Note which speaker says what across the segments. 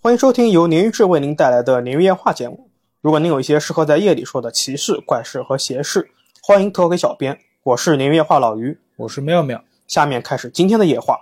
Speaker 1: 欢迎收听由鲶鱼志为您带来的鲶鱼夜话节目。如果您有一些适合在夜里说的奇事、怪事和邪事，欢迎投稿给小编。我是鲶鱼夜话老于，
Speaker 2: 我是妙妙，
Speaker 1: 下面开始今天的夜话。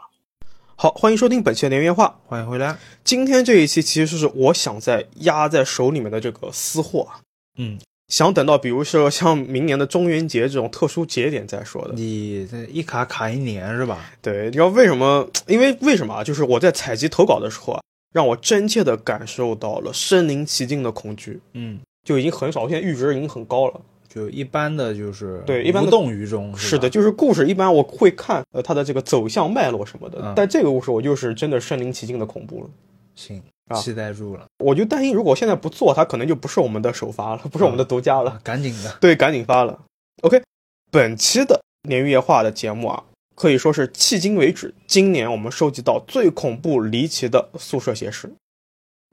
Speaker 1: 好，欢迎收听本期的鲶鱼夜话。
Speaker 2: 欢迎回来。
Speaker 1: 今天这一期其实是我想在压在手里面的这个私货啊，
Speaker 2: 嗯，
Speaker 1: 想等到比如说像明年的中元节这种特殊节点再说的。
Speaker 2: 你这一卡卡一年是吧？
Speaker 1: 对，你知道为什么？因为为什么啊？就是我在采集投稿的时候啊，让我真切的感受到了身临其境的恐惧。
Speaker 2: 嗯，
Speaker 1: 就已经很少，现在阈值已经很高了。
Speaker 2: 就一般的就是
Speaker 1: 对一般的
Speaker 2: 无动于衷。
Speaker 1: 嗯是
Speaker 2: 吧
Speaker 1: 的，，就是故事一般我会看呃它的这个走向脉络什么的，
Speaker 2: 嗯
Speaker 1: 但这个故事我就是真的身临其境的恐怖了。
Speaker 2: 行
Speaker 1: 啊，
Speaker 2: 期待住了，
Speaker 1: 我就担心，如果现在不做，它可能就不是我们的首发了，不是我们的独家了。
Speaker 2: 啊赶紧的。
Speaker 1: 对，赶紧发了。OK，本期的年月话的节目啊，可以说是迄今为止今年我们收集到最恐怖离奇的宿舍邪事，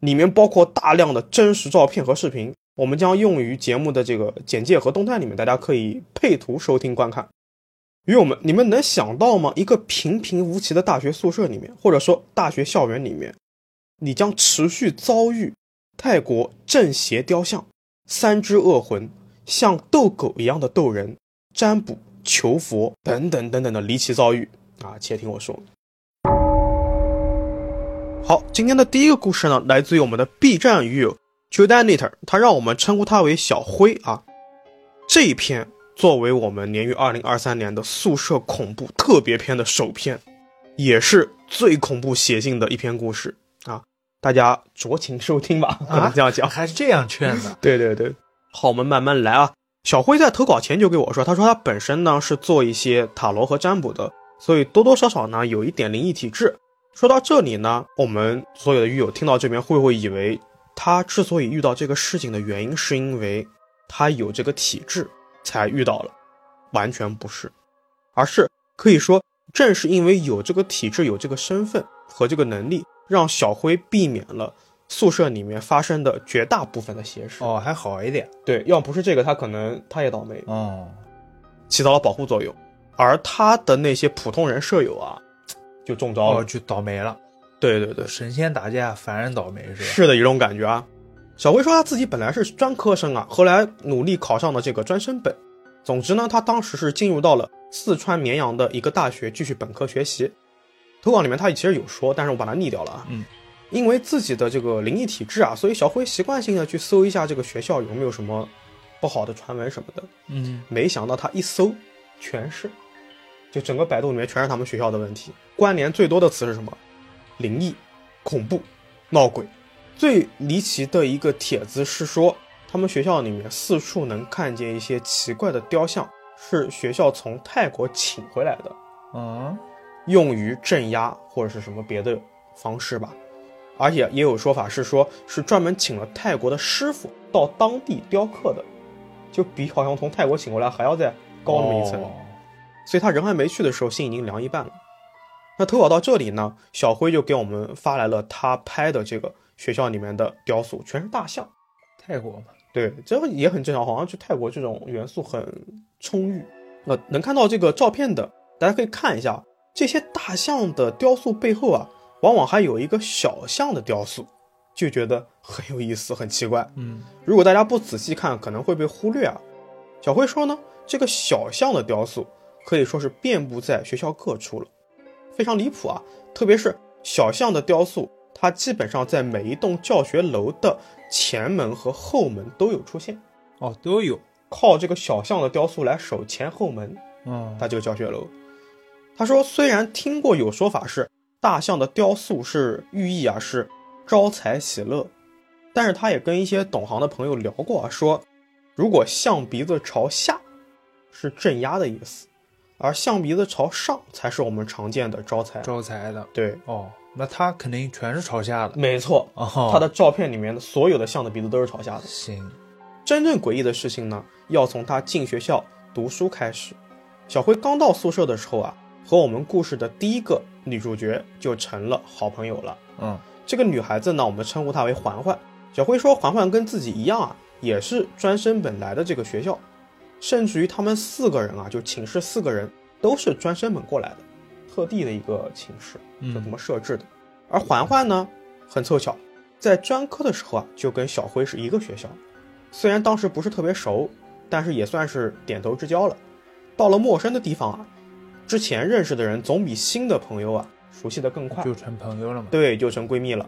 Speaker 1: 里面包括大量的真实照片和视频，我们将用于节目的这个简介和动态里面，大家可以配图收听观看。与我们，你们能想到吗？一个平平无奇的大学宿舍里面，或者说大学校园里面，你将持续遭遇泰国正邪雕像、三只恶魂、像斗狗一样的斗人、占卜、求佛等等等等的离奇遭遇啊！且听我说。好，今天的第一个故事呢，来自于我们的 B 站鱼友 Judaniter，他让我们称呼他为小辉啊。这一篇作为我们年于二零二三年的宿舍恐怖特别篇的首篇，也是最恐怖血腥的一篇故事啊！大家酌情收听吧，可能这样讲。。
Speaker 2: 还是这样劝 的
Speaker 1: 对对对，好，我们慢慢来啊。小辉在投稿前就给我说，他说他本身呢是做一些塔罗和占卜的，所以多多少少呢有一点灵异体质。说到这里呢，我们所有的狱友听到这边会不会以为他之所以遇到这个事情的原因是因为他有这个体质才遇到了？完全不是，而是可以说正是因为有这个体质、有这个身份和这个能力，让小辉避免了宿舍里面发生的绝大部分的邪事。
Speaker 2: 哦，还好一点。
Speaker 1: 对，要不是这个，他可能他也倒霉，
Speaker 2: 哦，
Speaker 1: 起到了保护作用。而他的那些普通人舍友啊，就中招了。
Speaker 2: 哦，就倒霉了。
Speaker 1: 对对对，
Speaker 2: 神仙打架，凡人倒霉是吧？
Speaker 1: 是的一种感觉啊。小辉说他自己本来是专科生啊，后来努力考上了这个专升本。总之呢，他当时是进入到了四川绵阳的一个大学继续本科学习。投稿里面他其实有说，但是我把它匿掉了啊。
Speaker 2: 嗯，
Speaker 1: 因为自己的这个灵异体质啊，所以小辉习惯性的去搜一下这个学校有没有什么不好的传闻什么的。
Speaker 2: 嗯，
Speaker 1: 没想到他一搜，全是，就整个百度里面全是他们学校的问题。关联最多的词是什么？灵异、恐怖、闹鬼。最离奇的一个帖子是说，他们学校里面四处能看见一些奇怪的雕像，是学校从泰国请回来的，
Speaker 2: 嗯，
Speaker 1: 用于镇压或者是什么别的方式吧。而且也有说法是说，是专门请了泰国的师傅到当地雕刻的，就比好像从泰国请过来还要再高那么一层。
Speaker 2: 哦
Speaker 1: 所以他人还没去的时候，心已经凉一半了。那投稿到这里呢，小辉就给我们发来了他拍的这个学校里面的雕塑，全是大象。
Speaker 2: 泰国嘛，
Speaker 1: 对，这也很正常，好像去泰国这种元素很充裕。呃，能看到这个照片的，大家可以看一下这些大象的雕塑背后啊，往往还有一个小象的雕塑，就觉得很有意思，很奇怪。
Speaker 2: 嗯，
Speaker 1: 如果大家不仔细看，可能会被忽略啊。小辉说呢，这个小象的雕塑可以说是遍布在学校各处了，非常离谱啊！特别是小象的雕塑，它基本上在每一栋教学楼的前门和后门都有出现。
Speaker 2: 哦，都有。
Speaker 1: 靠这个小象的雕塑来守前后门，
Speaker 2: 嗯，
Speaker 1: 他这个教学楼。他说，虽然听过有说法是大象的雕塑是寓意啊是招财喜乐，但是他也跟一些懂行的朋友聊过啊，说如果象鼻子朝下是镇压的意思，而象鼻子朝上才是我们常见的招财。
Speaker 2: 招财的。
Speaker 1: 对，
Speaker 2: 哦，那他肯定全是朝下的。
Speaker 1: 没错，
Speaker 2: 哦，
Speaker 1: 嗯他的照片里面的所有的象的鼻子都是朝下的。
Speaker 2: 行，
Speaker 1: 真正诡异的事情呢，要从他进学校读书开始。小辉刚到宿舍的时候啊，和我们故事的第一个女主角就成了好朋友了。
Speaker 2: 嗯，
Speaker 1: 这个女孩子呢，我们称呼她为环环。小辉说，环环跟自己一样啊，也是专升本来的这个学校，甚至于他们四个人啊，就寝室四个人都是专升本过来的，特地的一个寝室。就怎
Speaker 2: 嗯，
Speaker 1: 么设置的。而环环呢，很凑巧，在专科的时候啊，就跟小辉是一个学校，虽然当时不是特别熟，但是也算是点头之交了。到了陌生的地方啊，之前认识的人总比新的朋友啊熟悉的更快，
Speaker 2: 就成朋友了嘛。
Speaker 1: 对，就成闺蜜了。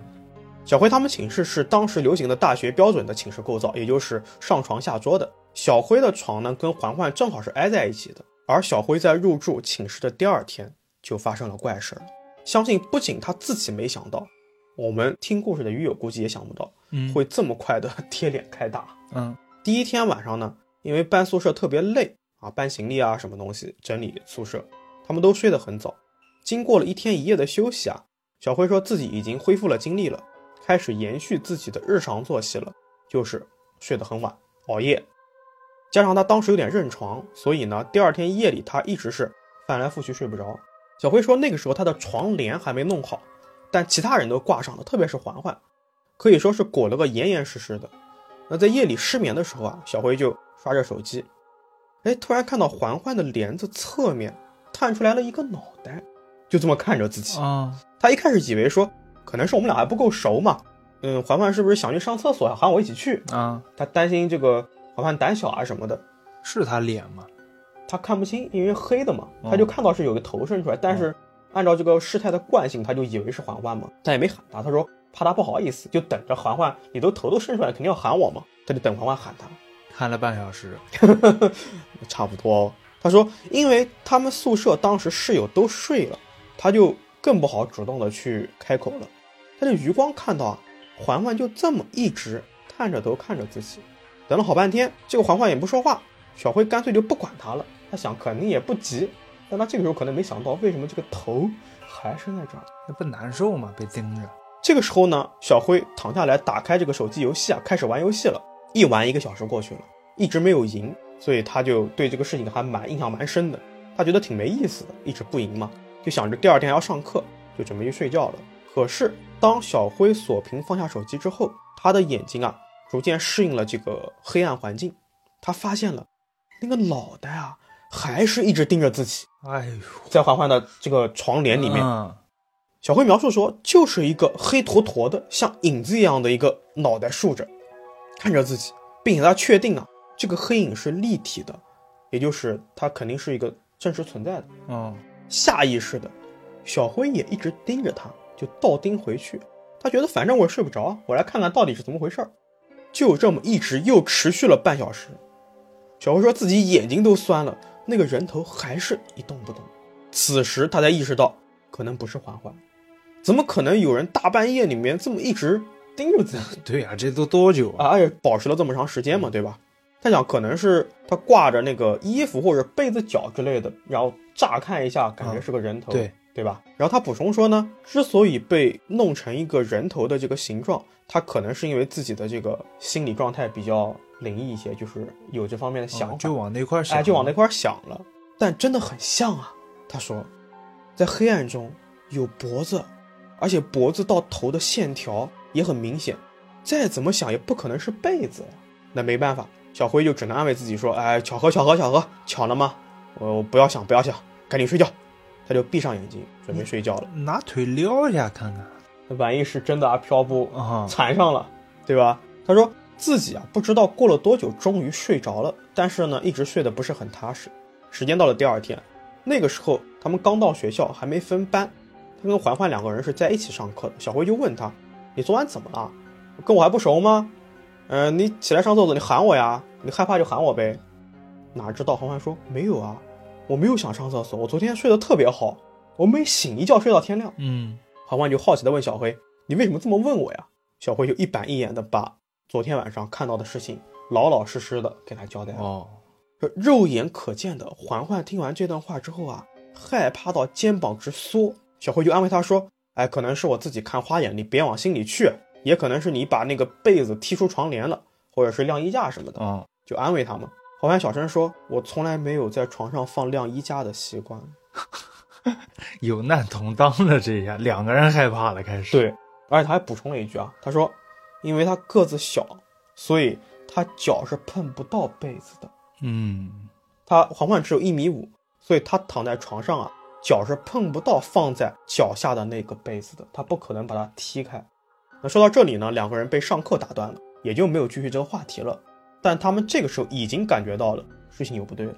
Speaker 1: 小辉他们寝室是当时流行的大学标准的寝室构造，也就是上床下桌的。小辉的床呢跟环环正好是挨在一起的，而小辉在入住寝室的第二天就发生了怪事儿。相信不仅他自己没想到，我们听故事的鱼友估计也想不到
Speaker 2: 嗯，
Speaker 1: 会这么快的 贴脸开打。
Speaker 2: 嗯，
Speaker 1: 第一天晚上呢，因为搬宿舍特别累啊，搬行李啊，什么东西，整理宿舍，他们都睡得很早。经过了一天一夜的休息啊，小辉说自己已经恢复了精力了，开始延续自己的日常作息了，就是睡得很晚，熬夜。加上他当时有点认床，所以呢，第二天夜里他一直是翻来覆去睡不着。小辉说那个时候他的床帘还没弄好，但其他人都挂上了，特别是环环，可以说是裹了个严严实实的。那在夜里失眠的时候啊，小辉就刷着手机，哎，突然看到环环的帘子侧面探出来了一个脑袋，就这么看着自己。
Speaker 2: 啊，
Speaker 1: 他一开始以为说可能是我们俩还不够熟嘛，嗯，环环是不是想去上厕所啊，喊我一起去？
Speaker 2: 啊，
Speaker 1: 他担心这个环环胆小啊什么的，
Speaker 2: 是他脸吗？
Speaker 1: 他看不清，因为黑的嘛，
Speaker 2: 嗯
Speaker 1: 他就看到是有个头伸出来，但是按照这个事态的惯性，他就以为是环环嘛，但也没喊他，他说怕他不好意思，就等着环环，你都头都伸出来，肯定要喊我嘛，他就等环环喊他，
Speaker 2: 看了半小时，
Speaker 1: 差不多、哦。他说，因为他们宿舍当时室友都睡了，他就更不好主动的去开口了。他就余光看到啊，环环就这么一直探着头看着自己，等了好半天，这个环环也不说话，小辉干脆就不管他了。他想肯定也不急，但他这个时候可能没想到，为什么这个头还伸在这儿。
Speaker 2: 那不难受吗？被盯着，
Speaker 1: 这个时候呢，小辉躺下来，打开这个手机游戏啊，开始玩游戏了。一玩一个小时过去了，一直没有赢，所以他就对这个事情还蛮印象蛮深的。他觉得挺没意思的，一直不赢嘛，就想着第二天还要上课，就准备去睡觉了。可是当小辉锁屏放下手机之后，他的眼睛啊逐渐适应了这个黑暗环境，他发现了那个脑袋啊还是一直盯着自己，
Speaker 2: 哎呦，
Speaker 1: 在环环的这个床哎帘里面。
Speaker 2: 嗯
Speaker 1: 小辉描述说，就是一个黑坨坨的，像影子一样的一个脑袋竖着，看着自己，并且他确定啊，这个黑影是立体的，也就是它肯定是一个真实存在的。
Speaker 2: 嗯，
Speaker 1: 下意识的，小辉也一直盯着他，就倒盯回去。他觉得反正我也睡不着，我来看看到底是怎么回事儿。就这么一直又持续了半小时，小辉说自己眼睛都酸了，那个人头还是一动不动。此时他才意识到，可能不是环环，怎么可能有人大半夜里面这么一直盯着自己？
Speaker 2: 对呀、这都多久啊？
Speaker 1: 啊，而且保持了这么长时间嘛，对吧？他想可能是他挂着那个衣服或者被子角之类的，然后乍看一下感觉是个人头，
Speaker 2: 对，
Speaker 1: 对吧？然后他补充说呢，之所以被弄成一个人头的这个形状，他可能是因为自己的这个心理状态比较灵异一些，就是有这方面的想法，
Speaker 2: 嗯就往那块儿想，
Speaker 1: 哎，就往那块儿想了。但真的很像啊，他说，在黑暗中有脖子，而且脖子到头的线条也很明显，再怎么想也不可能是被子呀。那没办法，小辉就只能安慰自己说，哎，巧合，巧合，巧合，巧了吗？我我不要想，不要想，赶紧睡觉。他就闭上眼睛准备睡觉了。
Speaker 2: 拿腿撩一下看看
Speaker 1: 那万一是真的啊，飘不
Speaker 2: 啊、
Speaker 1: 缠上了，对吧？他说自己啊，不知道过了多久，终于睡着了，但是呢，一直睡得不是很踏实。时间到了第二天，那个时候他们刚到学校，还没分班，他跟环环两个人是在一起上课的。小辉就问他：“你昨晚怎么了？跟我还不熟吗？嗯、你起来上厕所，你喊我呀，你害怕就喊我呗。”哪知道环环说：“没有啊，我没有想上厕所，我昨天睡得特别好，我没醒一觉睡到天亮。”
Speaker 2: 嗯，
Speaker 1: 环环就好奇地问小辉：“你为什么这么问我呀？”小辉就一板一眼地把昨天晚上看到的事情老老实实地给他交代了。
Speaker 2: 哦，
Speaker 1: 这肉眼可见的，环环听完这段话之后啊，害怕到肩膀直缩。小辉就安慰他说：“哎，可能是我自己看花眼，你别往心里去；也可能是你把那个被子踢出床帘了，或者是晾衣架什么的。”
Speaker 2: 哦，
Speaker 1: 就安慰他们。环环小声说：“我从来没有在床上放晾衣架的习惯。”
Speaker 2: 有难同当了，这下两个人害怕了，开始。，
Speaker 1: 对，而且他还补充了一句啊，他说，因为他个子小，所以他脚是碰不到被子的。
Speaker 2: 嗯，
Speaker 1: 他环环只有一米五，所以他躺在床上啊，脚是碰不到放在脚下的那个被子的，他不可能把它踢开。那说到这里呢，两个人被上课打断了，也就没有继续这个话题了。但他们这个时候已经感觉到了事情有不对了。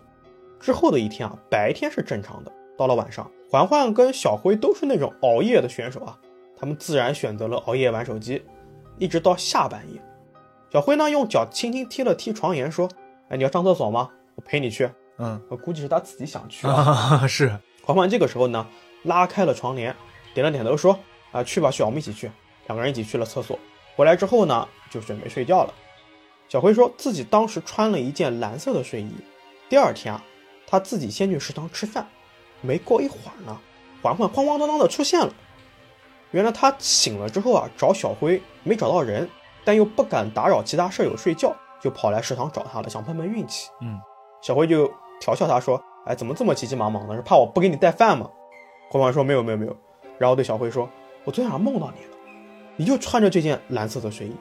Speaker 1: 之后的一天啊，白天是正常的，到了晚上，环环跟小辉都是那种熬夜的选手啊，他们自然选择了熬夜玩手机，一直到下半夜。小辉呢，用脚轻轻踢了踢床沿，说：“哎，你要上厕所吗？我陪你去。
Speaker 2: 嗯”
Speaker 1: 呃我估计是他自己想去啊。
Speaker 2: 啊，是
Speaker 1: 环环这个时候呢，拉开了床帘，点了点头说：“啊、去吧，去，我们一起去。”两个人一起去了厕所。回来之后呢，就准备睡觉了。小辉说自己当时穿了一件蓝色的睡衣。第二天啊，他自己先去食堂吃饭。没过一会儿呢，环环慌慌张张的出现了。原来他醒了之后啊，找小辉没找到人，但又不敢打扰其他舍友睡觉，就跑来食堂找他了，想碰碰运气。
Speaker 2: 嗯，
Speaker 1: 小辉就调笑他说：“哎，怎么这么急急忙忙的？是怕我不给你带饭吗？”环环说：“没有，没有，没有。”然后对小辉说：“我昨天晚上梦到你了，你就穿着这件蓝色的睡衣。”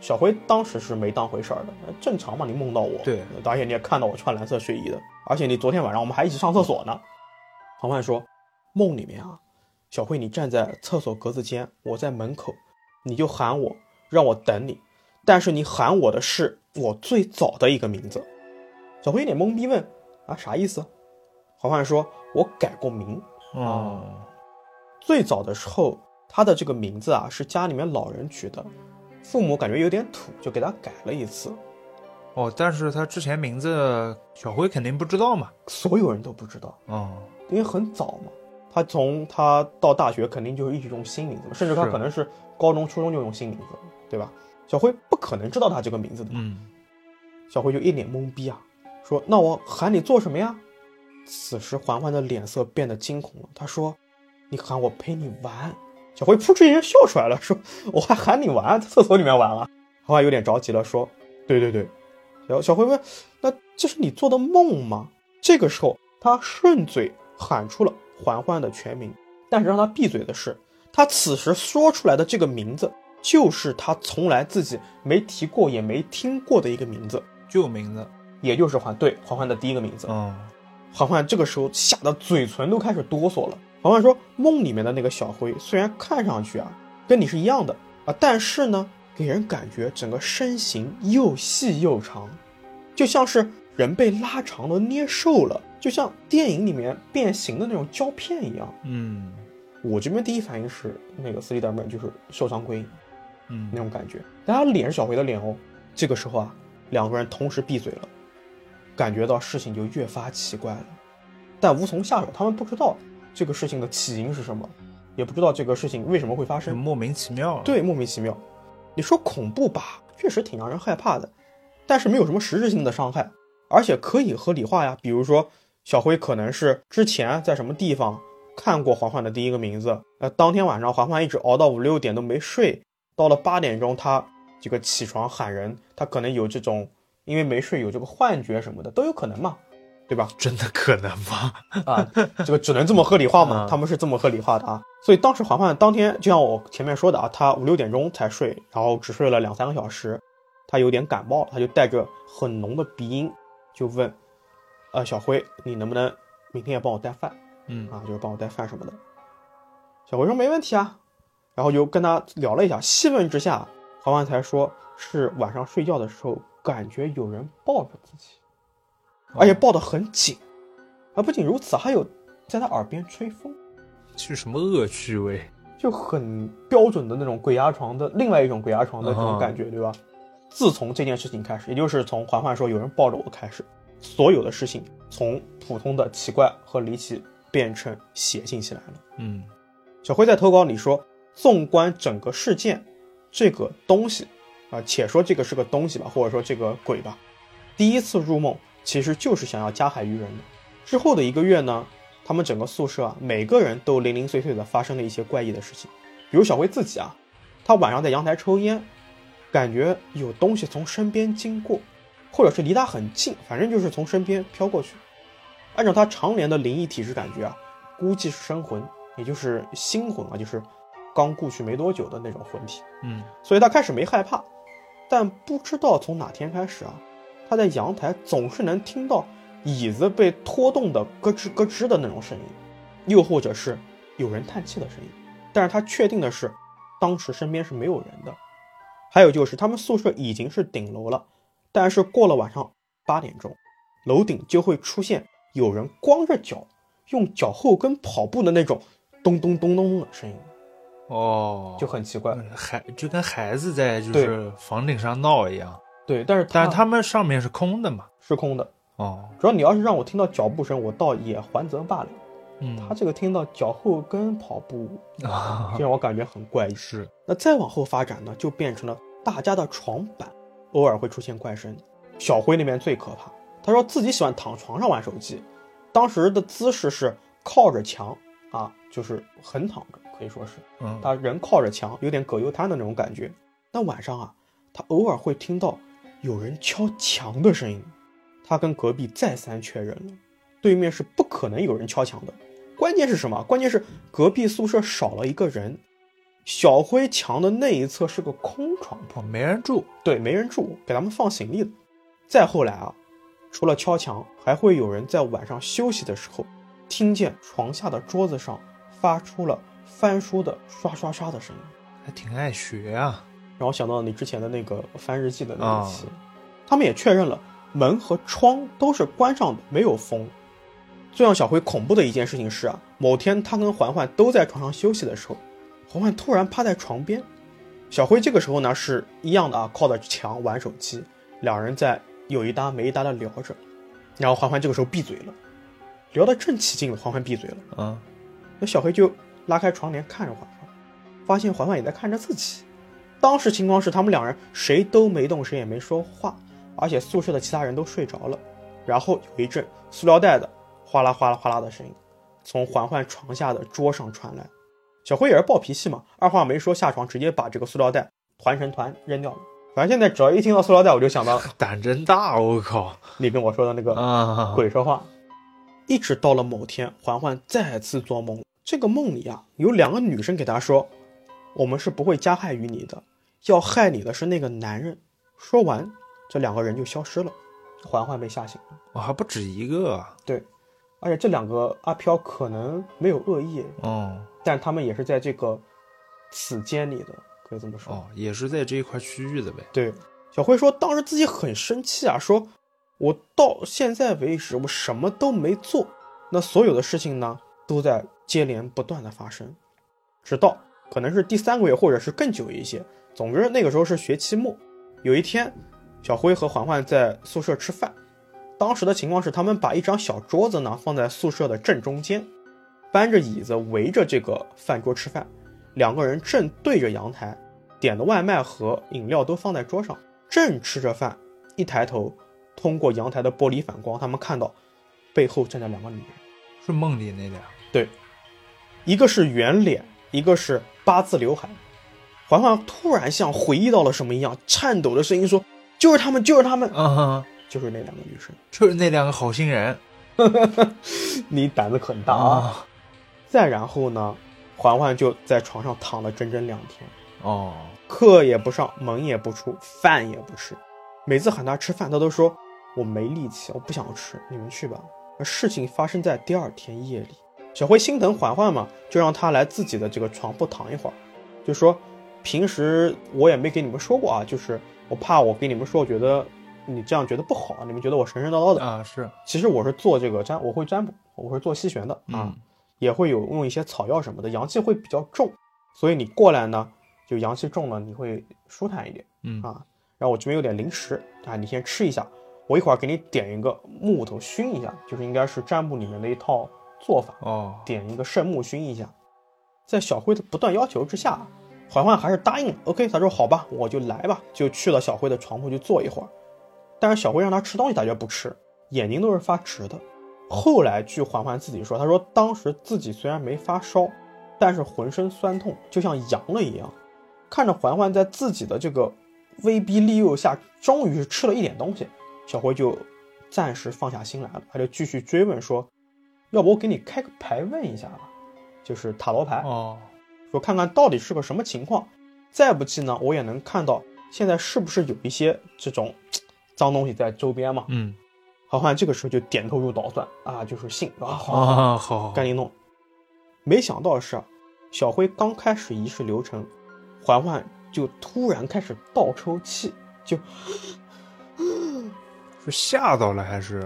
Speaker 1: 小辉当时是没当回事儿的，呃正常嘛，你梦到我，
Speaker 2: 对，
Speaker 1: 而且你也看到我穿蓝色睡衣的，而且你昨天晚上我们还一起上厕所呢。环环说：“梦里面啊，小辉你站在厕所格子间，我在门口，你就喊我，让我等你，但是你喊我的是我最早的一个名字。”小辉有点懵逼问：“啊，啥意思？”环环说：“我改过名，
Speaker 2: 哦，
Speaker 1: 最早的时候，他的这个名字啊是家里面老人取的，父母感觉有点土，就给他改了一次。
Speaker 2: 哦，但是他之前名字小辉肯定不知道嘛。
Speaker 1: 所有人都不知道，
Speaker 2: 哦，
Speaker 1: 因为很早嘛。他从他到大学肯定就是一直用新名字嘛，甚至他
Speaker 2: 是
Speaker 1: 可能是高中、初中就用新名字，对吧？小辉不可能知道他这个名字的，
Speaker 2: 嗯，
Speaker 1: 小辉就一脸懵逼啊，说：“那我喊你做什么呀？”此时环环的脸色变得惊恐了，他说：“你喊我陪你玩。”小辉扑哧一声笑出来了，说：“我还喊你玩，在厕所里面玩啊。”环环有点着急了，说：“对对对。”小小辉问：“那这是你做的梦吗？”这个时候，他顺嘴喊出了环环的全名，但是让他闭嘴的是，他此时说出来的这个名字，就是他从来自己没提过也没听过的一个名字。
Speaker 2: 旧名字。
Speaker 1: 也就是环对环环的第一个名字。
Speaker 2: 嗯，
Speaker 1: 环环这个时候吓得嘴唇都开始哆嗦了。环环说：“梦里面的那个小辉虽然看上去啊跟你是一样的啊，但是呢，给人感觉整个身形又细又长，就像是人被拉长了捏瘦了，就像电影里面变形的那种胶片一样。”
Speaker 2: 嗯，
Speaker 1: 我这边第一反应是那个斯蒂达曼就是受伤归因那
Speaker 2: 嗯，
Speaker 1: 种感觉，但他脸是小辉的脸哦。这个时候啊，两个人同时闭嘴了，感觉到事情就越发奇怪了，但无从下手，他们不知道这个事情的起因是什么，也不知道这个事情为什么会发
Speaker 2: 这
Speaker 1: 生，
Speaker 2: 莫名其妙。，
Speaker 1: 对，莫名其妙。你说恐怖吧，确实挺让人害怕的，但是没有什么实质性的伤害，而且可以合理化呀。比如说，小辉可能是之前在什么地方看过环环的第一个名字，呃，当天晚上环环一直熬到五六点都没睡，到了八点钟他这个起床喊人，他可能有这种因为没睡有这个幻觉什么的都有可能嘛，对吧？
Speaker 2: 真的可能吗？
Speaker 1: 啊， 这个只能这么合理化嘛
Speaker 2: 嗯，
Speaker 1: 他们是这么合理化的啊。所以当时环环当天，就像我前面说的啊，他五六点钟才睡，然后只睡了两三个小时，他有点感冒了，他就带着很浓的鼻音就问，呃，小辉，你能不能明天也帮我带饭
Speaker 2: 嗯
Speaker 1: 啊？就是帮我带饭什么的。小辉说没问题啊，然后就跟他聊了一下，细问之下，环环才说是晚上睡觉的时候感觉有人抱着自己。而
Speaker 2: 哦
Speaker 1: 且抱得很紧。啊，不仅如此，还有在他耳边吹风，
Speaker 2: 是什么恶趣味？
Speaker 1: 就很标准的那种鬼压床的另外一种鬼压床的这种感觉，对吧？自从这件事情开始，也就是从环环说有人抱着我开始，所有的事情从普通的奇怪和离奇变成邪性起来了。
Speaker 2: 嗯，
Speaker 1: 小辉在投稿里说，纵观整个事件，这个东西啊，且说这个是个东西吧，或者说这个鬼吧，第一次入梦其实就是想要加害于人的。之后的一个月呢，他们整个宿舍啊，每个人都零零碎碎的发生了一些怪异的事情，比如小辉自己啊，他晚上在阳台抽烟，感觉有东西从身边经过，或者是离他很近，反正就是从身边飘过去。按照他常年的灵异体质感觉啊，估计是生魂，也就是新魂啊，就是刚故去没多久的那种魂体。
Speaker 2: 嗯，
Speaker 1: 所以他开始没害怕，但不知道从哪天开始啊，他在阳台总是能听到椅子被拖动的咯吱咯吱的那种声音，又或者是有人叹气的声音。但是他确定的是，当时身边是没有人的。还有就是他们宿舍已经是顶楼了，但是过了晚上八点钟，楼顶就会出现有人光着脚，用脚后跟跑步的那种咚咚咚咚咚的声音，
Speaker 2: 哦，
Speaker 1: 就很奇怪。
Speaker 2: 嗯孩就跟孩子在就
Speaker 1: 对
Speaker 2: 是房顶上闹一样，
Speaker 1: 对，但是
Speaker 2: 但
Speaker 1: 它
Speaker 2: 是他们上面是空的嘛，
Speaker 1: 是空的，
Speaker 2: 哦，
Speaker 1: 主要你要是让我听到脚步声，我倒也还则罢了。他
Speaker 2: 嗯，
Speaker 1: 这个听到脚后跟跑步，
Speaker 2: 啊
Speaker 1: 就让我感觉很怪异。
Speaker 2: 是，
Speaker 1: 那再往后发展呢，就变成了大家的床板偶尔会出现怪声。小辉那边最可怕，他说自己喜欢躺床上玩手机，当时的姿势是靠着墙啊，就是横躺着，可以说是
Speaker 2: 嗯，
Speaker 1: 他人靠着墙，有点葛优瘫的那种感觉。那晚上啊，他偶尔会听到有人敲墙的声音。他跟隔壁再三确认了，对面是不可能有人敲墙的。关键是什么？关键是隔壁宿舍少了一个人，小辉墙的那一侧是个空床铺，
Speaker 2: 哦，没人住，
Speaker 1: 对，没人住，给他们放行李的。再后来啊，除了敲墙，还会有人在晚上休息的时候，听见床下的桌子上发出了翻书的刷刷刷的声音。
Speaker 2: 还挺爱学啊，
Speaker 1: 然后想到你之前的那个翻日记的那
Speaker 2: 啊
Speaker 1: 一期，他们也确认了门和窗都是关上的，没有封。最让小辉恐怖的一件事情是啊，某天他跟环环都在床上休息的时候，环环突然趴在床边，小辉这个时候呢是一样的啊，靠着墙玩手机，两人在有一搭没一搭的聊着，然后环环这个时候闭嘴了，聊得正起劲了，环环闭嘴了，
Speaker 2: 嗯，
Speaker 1: 那小黑就拉开窗帘看着环环，发现环环也在看着自己。当时情况是他们两人谁都没动，谁也没说话，而且宿舍的其他人都睡着了。然后有一阵塑料袋的哗啦哗啦哗啦的声音，从环环床下的桌上传来。小辉也是暴脾气嘛，二话没说下床直接把这个塑料袋团成团扔掉了。反正现在只要一听到塑料袋，我就想到
Speaker 2: 胆真大，我靠，
Speaker 1: 里面我说的那个
Speaker 2: 啊，
Speaker 1: 鬼说话。一直到了某天，环环再次做梦，这个梦里啊，有两个女生给他说：“我们是不会加害于你的，要害你的是那个男人。”说完，这两个人就消失了。环环被吓醒了，
Speaker 2: 我哦还不止一个啊，
Speaker 1: 而且这两个阿飘可能没有恶意，
Speaker 2: 嗯，
Speaker 1: 但他们也是在这个此间里的，可以这么说。
Speaker 2: 哦，也是在这一块区域的呗，
Speaker 1: 对，小辉说当时自己很生气啊，说我到现在为止我什么都没做，那所有的事情呢都在接连不断的发生，直到可能是第三个月或者是更久一些，总之那个时候是学期末，有一天，小辉和环环在宿舍吃饭，当时的情况是他们把一张小桌子呢放在宿舍的正中间，搬着椅子围着这个饭桌吃饭，两个人正对着阳台，点的外卖和饮料都放在桌上，正吃着饭，一抬头，通过阳台的玻璃反光，他们看到背后站着两个女人，
Speaker 2: 是梦里那俩，
Speaker 1: 一个是圆脸，一个是八字刘海。环环突然像回忆到了什么一样，颤抖的声音说：“就是他们，就是他们，
Speaker 2: 啊，
Speaker 1: 就是那两个女生。
Speaker 2: 就是那两个好心人”
Speaker 1: 你胆子很大！，啊
Speaker 2: 啊
Speaker 1: 再然后呢，环环就在床上躺了整整两天。
Speaker 2: 哦，
Speaker 1: 课也不上，门也不出，饭也不吃。每次喊他吃饭，他都说我没力气，我不想吃，你们去吧。而事情发生在第二天夜里，小辉心疼环环嘛，就让他来自己的这个床铺躺一会儿，就说平时我也没给你们说过啊，就是我怕我给你们说，我觉得你这样觉得不好，你们觉得我神神叨叨的。
Speaker 2: 啊是，
Speaker 1: 其实我是做这个占，我会占卜，我会做西玄的啊。
Speaker 2: 嗯，
Speaker 1: 也会有用一些草药什么的，阳气会比较重，所以你过来呢，就阳气重了，你会舒坦一点。
Speaker 2: 嗯
Speaker 1: 啊，然后我这边有点零食啊，你先吃一下，我一会儿给你点一个木头熏一下，就是应该是占卜里面的一套做法，
Speaker 2: 哦，
Speaker 1: 点一个圣木熏一下。在小辉的不断要求之下，环环还是答应了。OK，他说好吧，我就来吧，就去了小辉的床铺去坐一会儿。但是小辉让他吃东西，他却不吃，眼睛都是发直的。后来据环环自己说，他说当时自己虽然没发烧，但是浑身酸痛，就像阳了一样。看着环环在自己的这个威逼利诱下，终于是吃了一点东西，小辉就暂时放下心来了。他就继续追问说：“要不我给你开个牌问一下吧，就是塔罗牌。”
Speaker 2: 哦，
Speaker 1: 说看看到底是个什么情况。再不济呢，我也能看到现在是不是有一些这种嘖脏东西在周边嘛。
Speaker 2: 嗯，
Speaker 1: 好汉这个时候就点头如捣蒜啊，就是信啊，好，好
Speaker 2: 啊，好，
Speaker 1: 赶紧弄。没想到的是啊，小辉刚开始仪式流程，环环就突然开始倒抽气，就是
Speaker 2: 吓到了还是？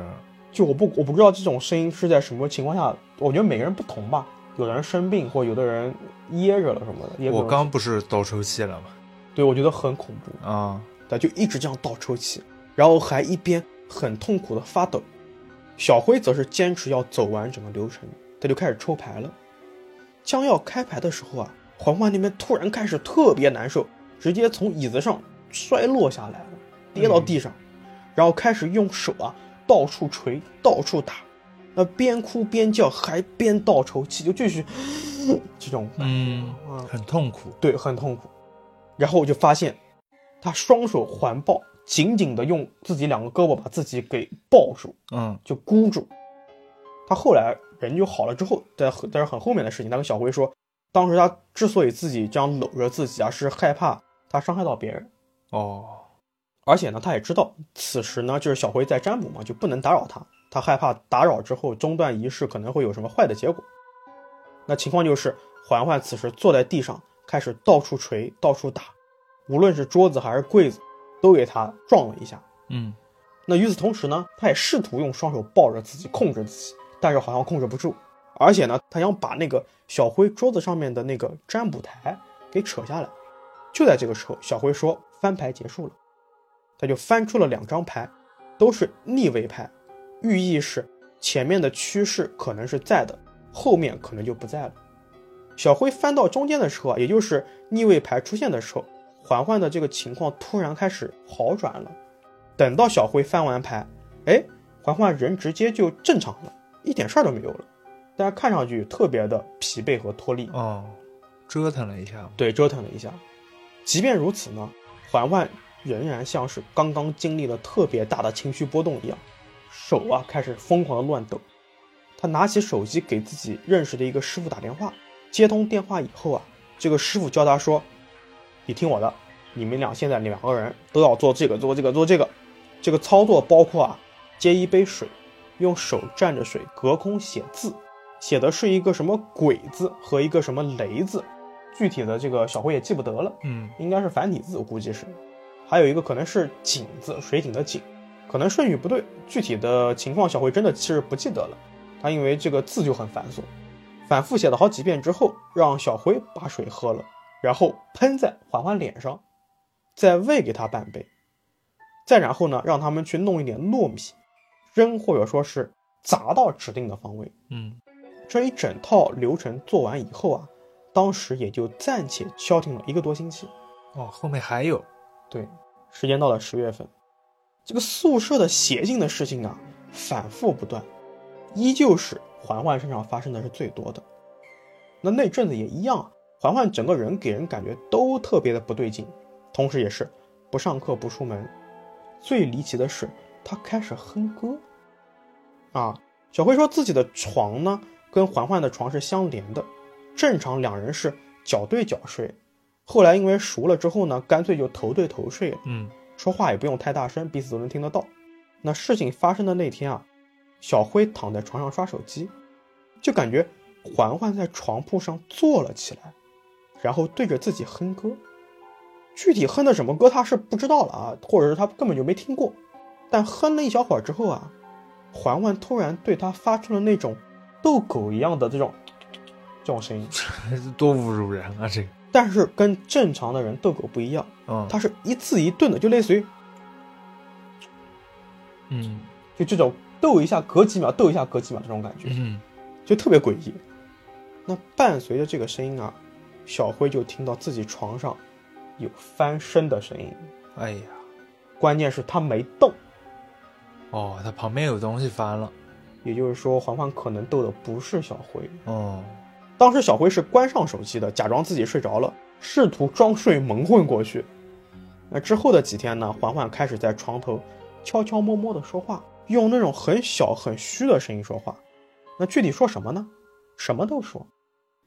Speaker 1: 就我不我不知道这种声音是在什么情况下，我觉得每个人不同吧，有的人生病或有的人噎着了什么的。也可
Speaker 2: 我
Speaker 1: 能
Speaker 2: 刚不是倒抽气了吗？
Speaker 1: 对我觉得很恐怖，
Speaker 2: 啊，
Speaker 1: 对，就一直这样倒抽气，然后还一边很痛苦的发抖。小辉则是坚持要走完整个流程，他就开始抽牌了。将要开牌的时候啊，环环那边突然开始特别难受，直接从椅子上摔落下来了，跌到地上，然后开始用手啊到处捶，到处打，那边哭边叫，还边倒抽气，就继续这种
Speaker 2: 嗯，很痛苦。
Speaker 1: 对，很痛苦。然后我就发现，他双手环抱，紧紧的用自己两个胳膊把自己给抱住，
Speaker 2: 嗯
Speaker 1: 就箍住。他后来人就好了之后，但但是很后面的事情，他跟小辉说，当时他之所以自己这样搂着自己啊，是害怕他伤害到别人，
Speaker 2: 哦，
Speaker 1: 而且呢，他也知道此时呢就是小辉在占卜嘛，就不能打扰他，他害怕打扰之后中断仪式可能会有什么坏的结果。那情况就是，环环此时坐在地上，开始到处捶、到处打，无论是桌子还是柜子，都给他撞了一下。
Speaker 2: 嗯
Speaker 1: 那与此同时呢，他也试图用双手抱着自己控制自己，但是好像控制不住。而且呢，他想把那个小辉桌子上面的那个占卜台给扯下来。就在这个时候，小辉说翻牌结束了，他就翻出了两张牌，都是逆位牌，寓意是前面的趋势可能是在的，后面可能就不在了。小辉翻到中间的时候啊，也就是逆位牌出现的时候，环环的这个情况突然开始好转了。等到小辉翻完牌，哎，环环人直接就正常了，一点事儿都没有了，但是看上去特别的疲惫和脱力，
Speaker 2: 哦，折腾了一下。
Speaker 1: 对，折腾了一下。即便如此呢，环环仍然像是刚刚经历了特别大的情绪波动一样，手啊开始疯狂的乱抖。他拿起手机给自己认识的一个师傅打电话，接通电话以后啊，这个师傅教他说：“你听我的，你们俩现在两个人都要做这个，做这个，做这个。这个操作包括啊，接一杯水，用手蘸着水隔空写字，写的是一个什么鬼字和一个什么雷字，具体的这个小辉也记不得了。”
Speaker 2: 嗯
Speaker 1: 应该是繁体字，我估计是。还有一个可能是井字，水井的井，可能顺序不对，具体的情况小慧真的是不记得了。他因为这个字就很繁琐，反复写了好几遍之后，让小辉把水喝了，然后喷在环环脸上，再喂给他半杯，再然后呢，让他们去弄一点糯米，扔或者说是砸到指定的方位。
Speaker 2: 嗯，
Speaker 1: 这一整套流程做完以后啊，当时也就暂且消停了一个多星期。
Speaker 2: 哦，后面还有。
Speaker 1: 对，时间到了十月份，这个宿舍的邪性的事情啊，反复不断，依旧是环环身上发生的是最多的。那那阵子也一样啊，环环整个人给人感觉都特别的不对劲，同时也是不上课不出门。最离奇的是，他开始哼歌。啊，小辉说自己的床呢跟环环的床是相连的，正常两人是脚对脚睡。后来因为熟了之后呢，干脆就头对头睡了。
Speaker 2: 嗯
Speaker 1: 说话也不用太大声，彼此都能听得到。那事情发生的那天啊，小辉躺在床上刷手机，就感觉环环在床铺上坐了起来，然后对着自己哼歌。具体哼的什么歌他是不知道了啊，或者是他根本就没听过。但哼了一小会儿之后啊，环环突然对他发出了那种逗狗一样的这种这种声音，
Speaker 2: 多侮辱人啊！这个，
Speaker 1: 但是跟正常的人逗狗不一样，
Speaker 2: 嗯，
Speaker 1: 他是一字一顿的，就类似于
Speaker 2: 嗯
Speaker 1: 就这种斗一下隔几秒，斗一下隔几秒这种感觉，
Speaker 2: 嗯，
Speaker 1: 就特别诡异。那伴随着这个声音啊，小辉就听到自己床上有翻身的声音，
Speaker 2: 哎呀，
Speaker 1: 关键是他没动，
Speaker 2: 哦，他旁边有东西翻了。
Speaker 1: 也就是说环环可能斗的不是小辉。
Speaker 2: 哦，
Speaker 1: 当时小辉是关上手机的，假装自己睡着了，试图装睡蒙混过去。那之后的几天呢，环环开始在床头悄悄摸摸的说话，用那种很小很虚的声音说话。那具体说什么呢？什么都说，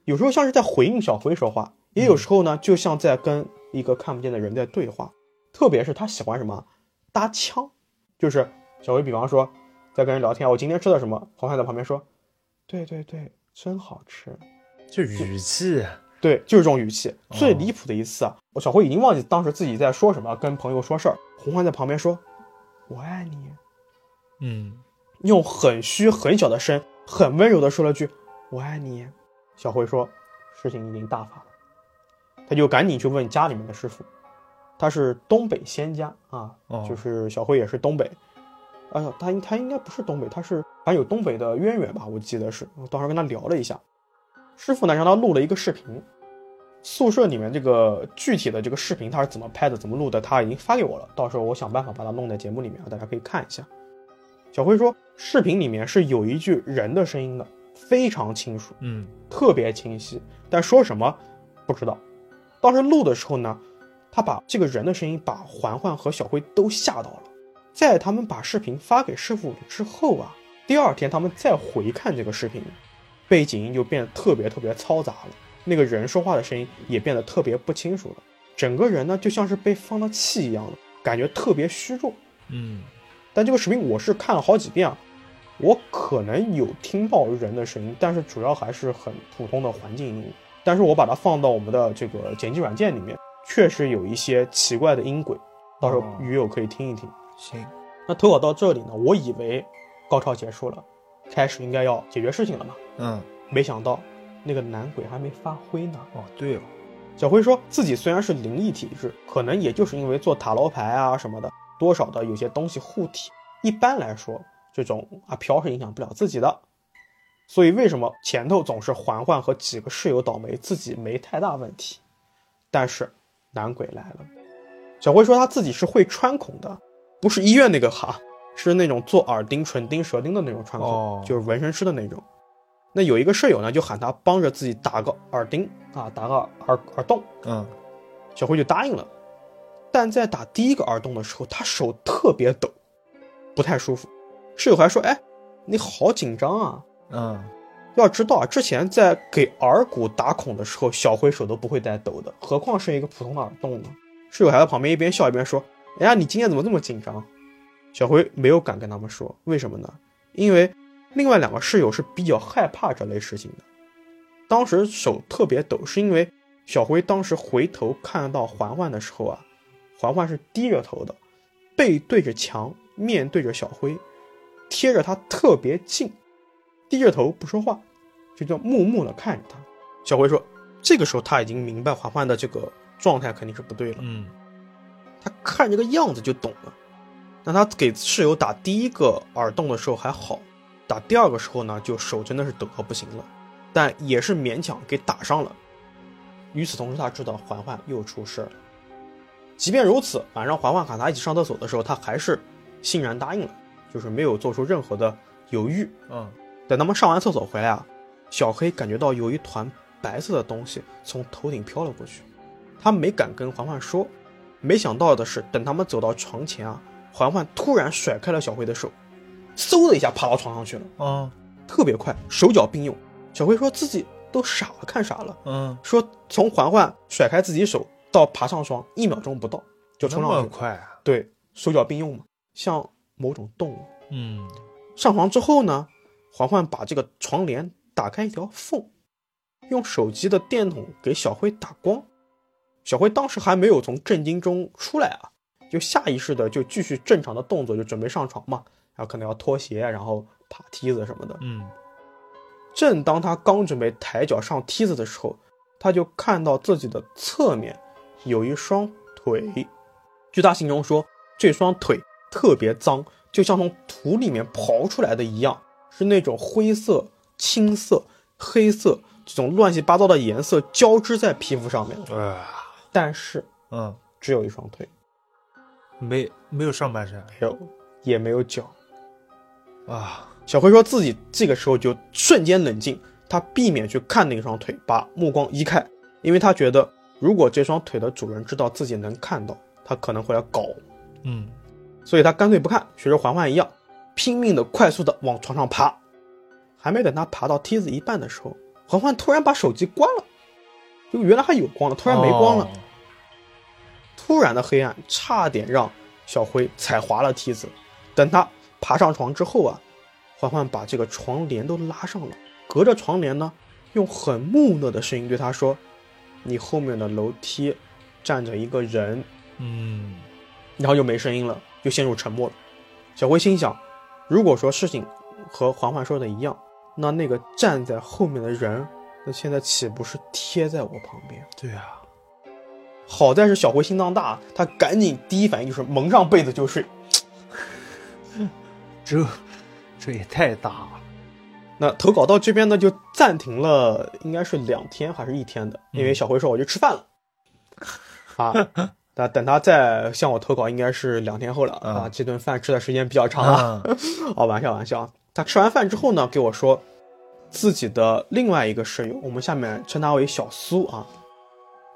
Speaker 1: 有时候像是在回应小辉说话，也有时候呢，就像在跟一个看不见的人在对话。特别是他喜欢什么搭腔，就是小辉，比方说在跟人聊天，我今天吃的什么，环环在旁边说，对对对，真好吃。
Speaker 2: 这语气，
Speaker 1: 对，就是这种语气。最离谱的一次啊，我小辉已经忘记当时自己在说什么，跟朋友说事儿。红欢在旁边说：“我爱你。
Speaker 2: 嗯”
Speaker 1: 用很虚很小的声，很温柔的说了句：“我爱你。”小辉说：“事情已经大发了。”他就赶紧去问家里面的师傅，他是东北仙家啊，
Speaker 2: 哦，
Speaker 1: 就是小辉也是东北，哎呀，他应他应该不是东北，他是反正有东北的渊源吧，我记得是。我当时跟他聊了一下，师傅呢让他录了一个视频，宿舍里面这个具体的这个视频他是怎么拍的，怎么录的，他已经发给我了，到时候我想办法把它弄在节目里面，大家可以看一下。小辉说，视频里面是有一句人的声音的，非常清楚。
Speaker 2: 嗯
Speaker 1: 特别清晰，但说什么不知道。当时录的时候呢，他把这个人的声音把环环和小辉都吓到了。在他们把视频发给师傅之后啊，第二天他们再回看这个视频，背景音就变得特别特别嘈杂了，那个人说话的声音也变得特别不清楚了，整个人呢就像是被放了气一样的，感觉特别虚弱。
Speaker 2: 嗯
Speaker 1: 但这个视频我是看了好几遍啊，我可能有听到人的声音，但是主要还是很普通的环境音。但是我把它放到我们的这个剪辑软件里面，确实有一些奇怪的音轨，到时候
Speaker 2: 哦
Speaker 1: 鱼友可以听一听。
Speaker 2: 行，
Speaker 1: 那投稿到这里呢，我以为高潮结束了，开始应该要解决事情了嘛，
Speaker 2: 嗯
Speaker 1: 没想到那个男鬼还没发挥呢。
Speaker 2: 哦对哦，
Speaker 1: 小辉说自己虽然是灵异体质，可能也就是因为做塔罗牌啊什么的，多少的有些东西护体。一般来说，这种阿飘是影响不了自己的。所以为什么前头总是环环和几个室友倒霉，自己没太大问题？但是男鬼来了，小辉说他自己是会穿孔的，不是医院那个哈，是那种做耳钉、唇钉、舌钉的那种穿孔，
Speaker 2: 哦
Speaker 1: 就是纹身师的那种。那有一个舍友呢，就喊他帮着自己打个耳钉啊，打个耳耳洞。
Speaker 2: 嗯
Speaker 1: 小辉就答应了，但在打第一个耳洞的时候，他手特别抖，不太舒服。室友还说：“哎，你好紧张啊！
Speaker 2: 嗯
Speaker 1: 要知道啊，之前在给耳骨打孔的时候，小辉手都不会带抖的，何况是一个普通的耳洞呢？”室友还在旁边一边笑一边说：“哎呀，你今天怎么这么紧张？”小辉没有敢跟他们说，为什么呢？因为另外两个室友是比较害怕这类事情的。当时手特别抖，是因为小辉当时回头看到环环的时候啊，环环是低着头的，背对着墙，面对着小辉，贴着他特别近，低着头不说话，就叫木木的看着他。小辉说，这个时候他已经明白环环的这个状态肯定是不对了。
Speaker 2: 嗯
Speaker 1: 他看这个样子就懂了。那他给室友打第一个耳洞的时候还好，打第二个时候呢，就手真的是抖到不行了，但也是勉强给打上了。与此同时，他知道环环又出事了。即便如此，晚上环环喊他一起上厕所的时候，他还是欣然答应了，就是没有做出任何的犹豫。
Speaker 2: 嗯
Speaker 1: 等他们上完厕所回来啊，小黑感觉到有一团白色的东西从头顶飘了过去，他没敢跟环环说。没想到的是，等他们走到床前啊，环环突然甩开了小黑的手，嗖的一下爬到床上去了，
Speaker 2: 哦
Speaker 1: 特别快，手脚并用。小黑说自己都傻了，看傻了，
Speaker 2: 嗯，
Speaker 1: 说从环环甩开自己手到爬上床一秒钟不到就
Speaker 2: 那
Speaker 1: 冲
Speaker 2: 么
Speaker 1: 上去，
Speaker 2: 快啊？
Speaker 1: 对，手脚并用嘛，像某种动物。
Speaker 2: 嗯
Speaker 1: 上床之后呢，环环把这个床帘打开一条缝，用手机的电筒给小辉打光。小辉当时还没有从震惊中出来啊，就下意识的就继续正常的动作，就准备上床嘛，然后可能要脱鞋，然后爬梯子什么的。
Speaker 2: 嗯
Speaker 1: 正当他刚准备抬脚上梯子的时候，他就看到自己的侧面有一双腿。据他形容说，这双腿特别脏，就像从土里面刨出来的一样，是那种灰色、青色、黑色这种乱七八糟的颜色交织在皮肤上面的。
Speaker 2: 啊
Speaker 1: 但是
Speaker 2: 嗯，
Speaker 1: 只有一双腿，
Speaker 2: 没没有上半身
Speaker 1: 没有，也没有脚。
Speaker 2: 啊？
Speaker 1: 小辉说自己这个时候就瞬间冷静，他避免去看那双腿，把目光移开，因为他觉得如果这双腿的主人知道自己能看到，他可能会来搞，
Speaker 2: 嗯
Speaker 1: 所以他干脆不看，学着环环一样，拼命的快速的往床上爬。还没等他爬到梯子一半的时候，环环突然把手机关了，就原来还有光了，突然没光了。
Speaker 2: 哦
Speaker 1: 突然的黑暗差点让小辉踩滑了梯子。等他爬上床之后啊，环环把这个床帘都拉上了，隔着床帘呢，用很木讷的声音对他说：“你后面的楼梯站着一个人，
Speaker 2: 嗯，
Speaker 1: 然后就没声音了，就陷入沉默了。小辉心想，如果说事情和环环说的一样，那那个站在后面的人，那现在岂不是贴在我旁边？
Speaker 2: 对啊，
Speaker 1: 好在是小辉心脏大，他赶紧第一反应就是蒙上被子就睡。
Speaker 2: 这这也太大了，
Speaker 1: 那投稿到这边呢，就暂停了，应该是两天还是一天的，因为小辉说我去吃饭了，嗯 啊，那等他再向我投稿，应该是两天后了
Speaker 2: 嗯
Speaker 1: 啊。这顿饭吃的时间比较长啊，
Speaker 2: 啊，
Speaker 1: 哦，玩笑玩笑啊。他吃完饭之后呢，给我说自己的另外一个室友，我们下面称他为小苏啊。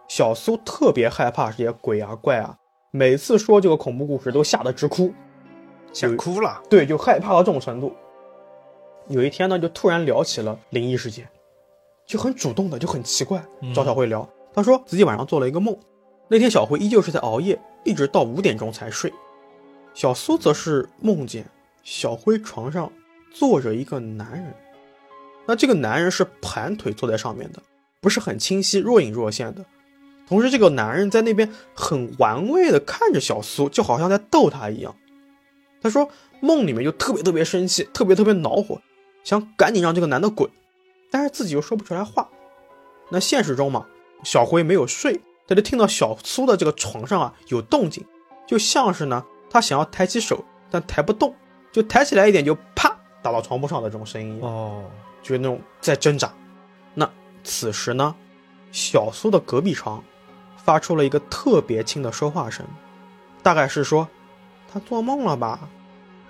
Speaker 1: 小苏特别害怕这些鬼啊怪啊，每次说这个恐怖故事都吓得直哭。
Speaker 2: 想哭了，
Speaker 1: 对，就害怕到这种程度。有一天呢，就突然聊起了灵异事件，就很主动的，就很奇怪，找小慧聊。她说自己晚上做了一个梦，那天小慧依旧是在熬夜，一直到五点钟才睡。小苏则是梦见小辉床上坐着一个男人，那这个男人是盘腿坐在上面的，不是很清晰，若隐若现的。同时，这个男人在那边很玩味的看着小苏，就好像在逗他一样。他说梦里面就特别特别生气，特别特别恼火，想赶紧让这个男的滚，但是自己又说不出来话。那现实中嘛，小辉没有睡，他就听到小苏的这个床上啊有动静，就像是呢他想要抬起手，但抬不动，就抬起来一点就啪打到床铺上的这种声音一样。
Speaker 2: 哦，
Speaker 1: 就是那种在挣扎。那此时呢，小苏的隔壁床发出了一个特别轻的说话声，大概是说他做梦了吧。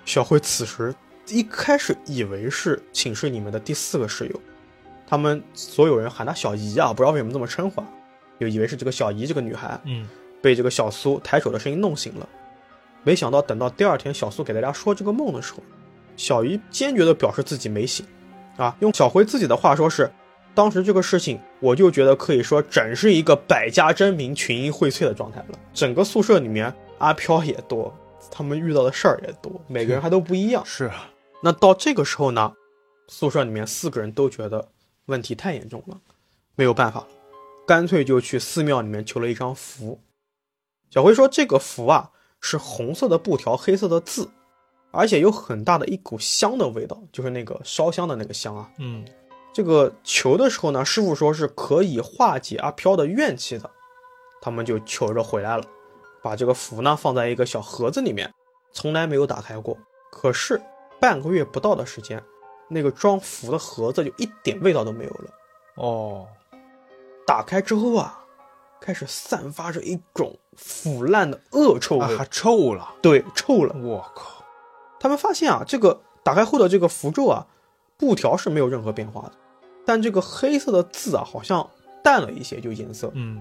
Speaker 1: 小慧此时一开始以为是寝室里面的第四个室友，他们所有人喊她小姨啊，不知道为什么这么称呼啊，就以为是这个小姨这个女孩
Speaker 2: 嗯，
Speaker 1: 被这个小苏抬手的声音弄醒了。没想到等到第二天小苏给大家说这个梦的时候，小姨坚决地表示自己没醒，啊，用小辉自己的话说是，当时这个事情我就觉得可以说整是一个百家争鸣、群英荟萃的状态了。整个宿舍里面阿飘也多，他们遇到的事儿也多，每个人还都不一样。
Speaker 2: 是啊，
Speaker 1: 那到这个时候呢，宿舍里面四个人都觉得问题太严重了，没有办法了，干脆就去寺庙里面求了一张符。小辉说，这个符啊是红色的布条，黑色的字，而且有很大的一股香的味道，就是那个烧香的那个香啊。
Speaker 2: 嗯，
Speaker 1: 这个求的时候呢，师傅说是可以化解阿飘的怨气的，他们就求着回来了，把这个符呢放在一个小盒子里面，从来没有打开过。可是半个月不到的时间，那个装符的盒子就一点味道都没有了。
Speaker 2: 哦，
Speaker 1: 打开之后啊，开始散发着一种腐烂的恶臭
Speaker 2: 啊
Speaker 1: 味，
Speaker 2: 还臭了，
Speaker 1: 对，臭了。
Speaker 2: 我靠，
Speaker 1: 他们发现啊，这个打开后的这个符咒啊，布条是没有任何变化的，但这个黑色的字啊，好像淡了一些，就颜色。
Speaker 2: 嗯，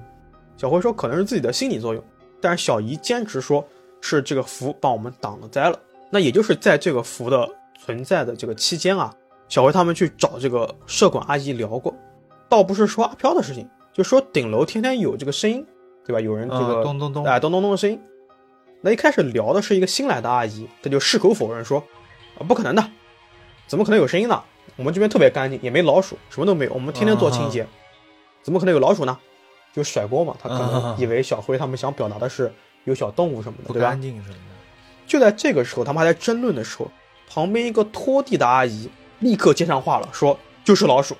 Speaker 1: 小辉说可能是自己的心理作用，但是小姨坚持说是这个符帮我们挡了灾了。那也就是在这个符的存在的这个期间啊，小辉他们去找这个社管阿姨聊过，倒不是说阿飘的事情，就说顶楼天天有这个声音，对吧？有人这个、
Speaker 2: 啊咚咚咚，
Speaker 1: 哎，咚咚咚的声音。那一开始聊的是一个新来的阿姨，她就矢口否认说：“啊，不可能的，怎么可能有声音呢？我们这边特别干净，也没老鼠，什么都没有，我们天天做清洁，怎么可能有老鼠呢？”就甩锅嘛，她可
Speaker 2: 啊啊
Speaker 1: 能以为小辉他们想表达的是有小动物什么的，
Speaker 2: 不
Speaker 1: 对吧
Speaker 2: 干？净什么的，
Speaker 1: 就在这个时候，他们还在争论的时候，旁边一个拖地的阿姨立刻接上话了，说：“就是老鼠，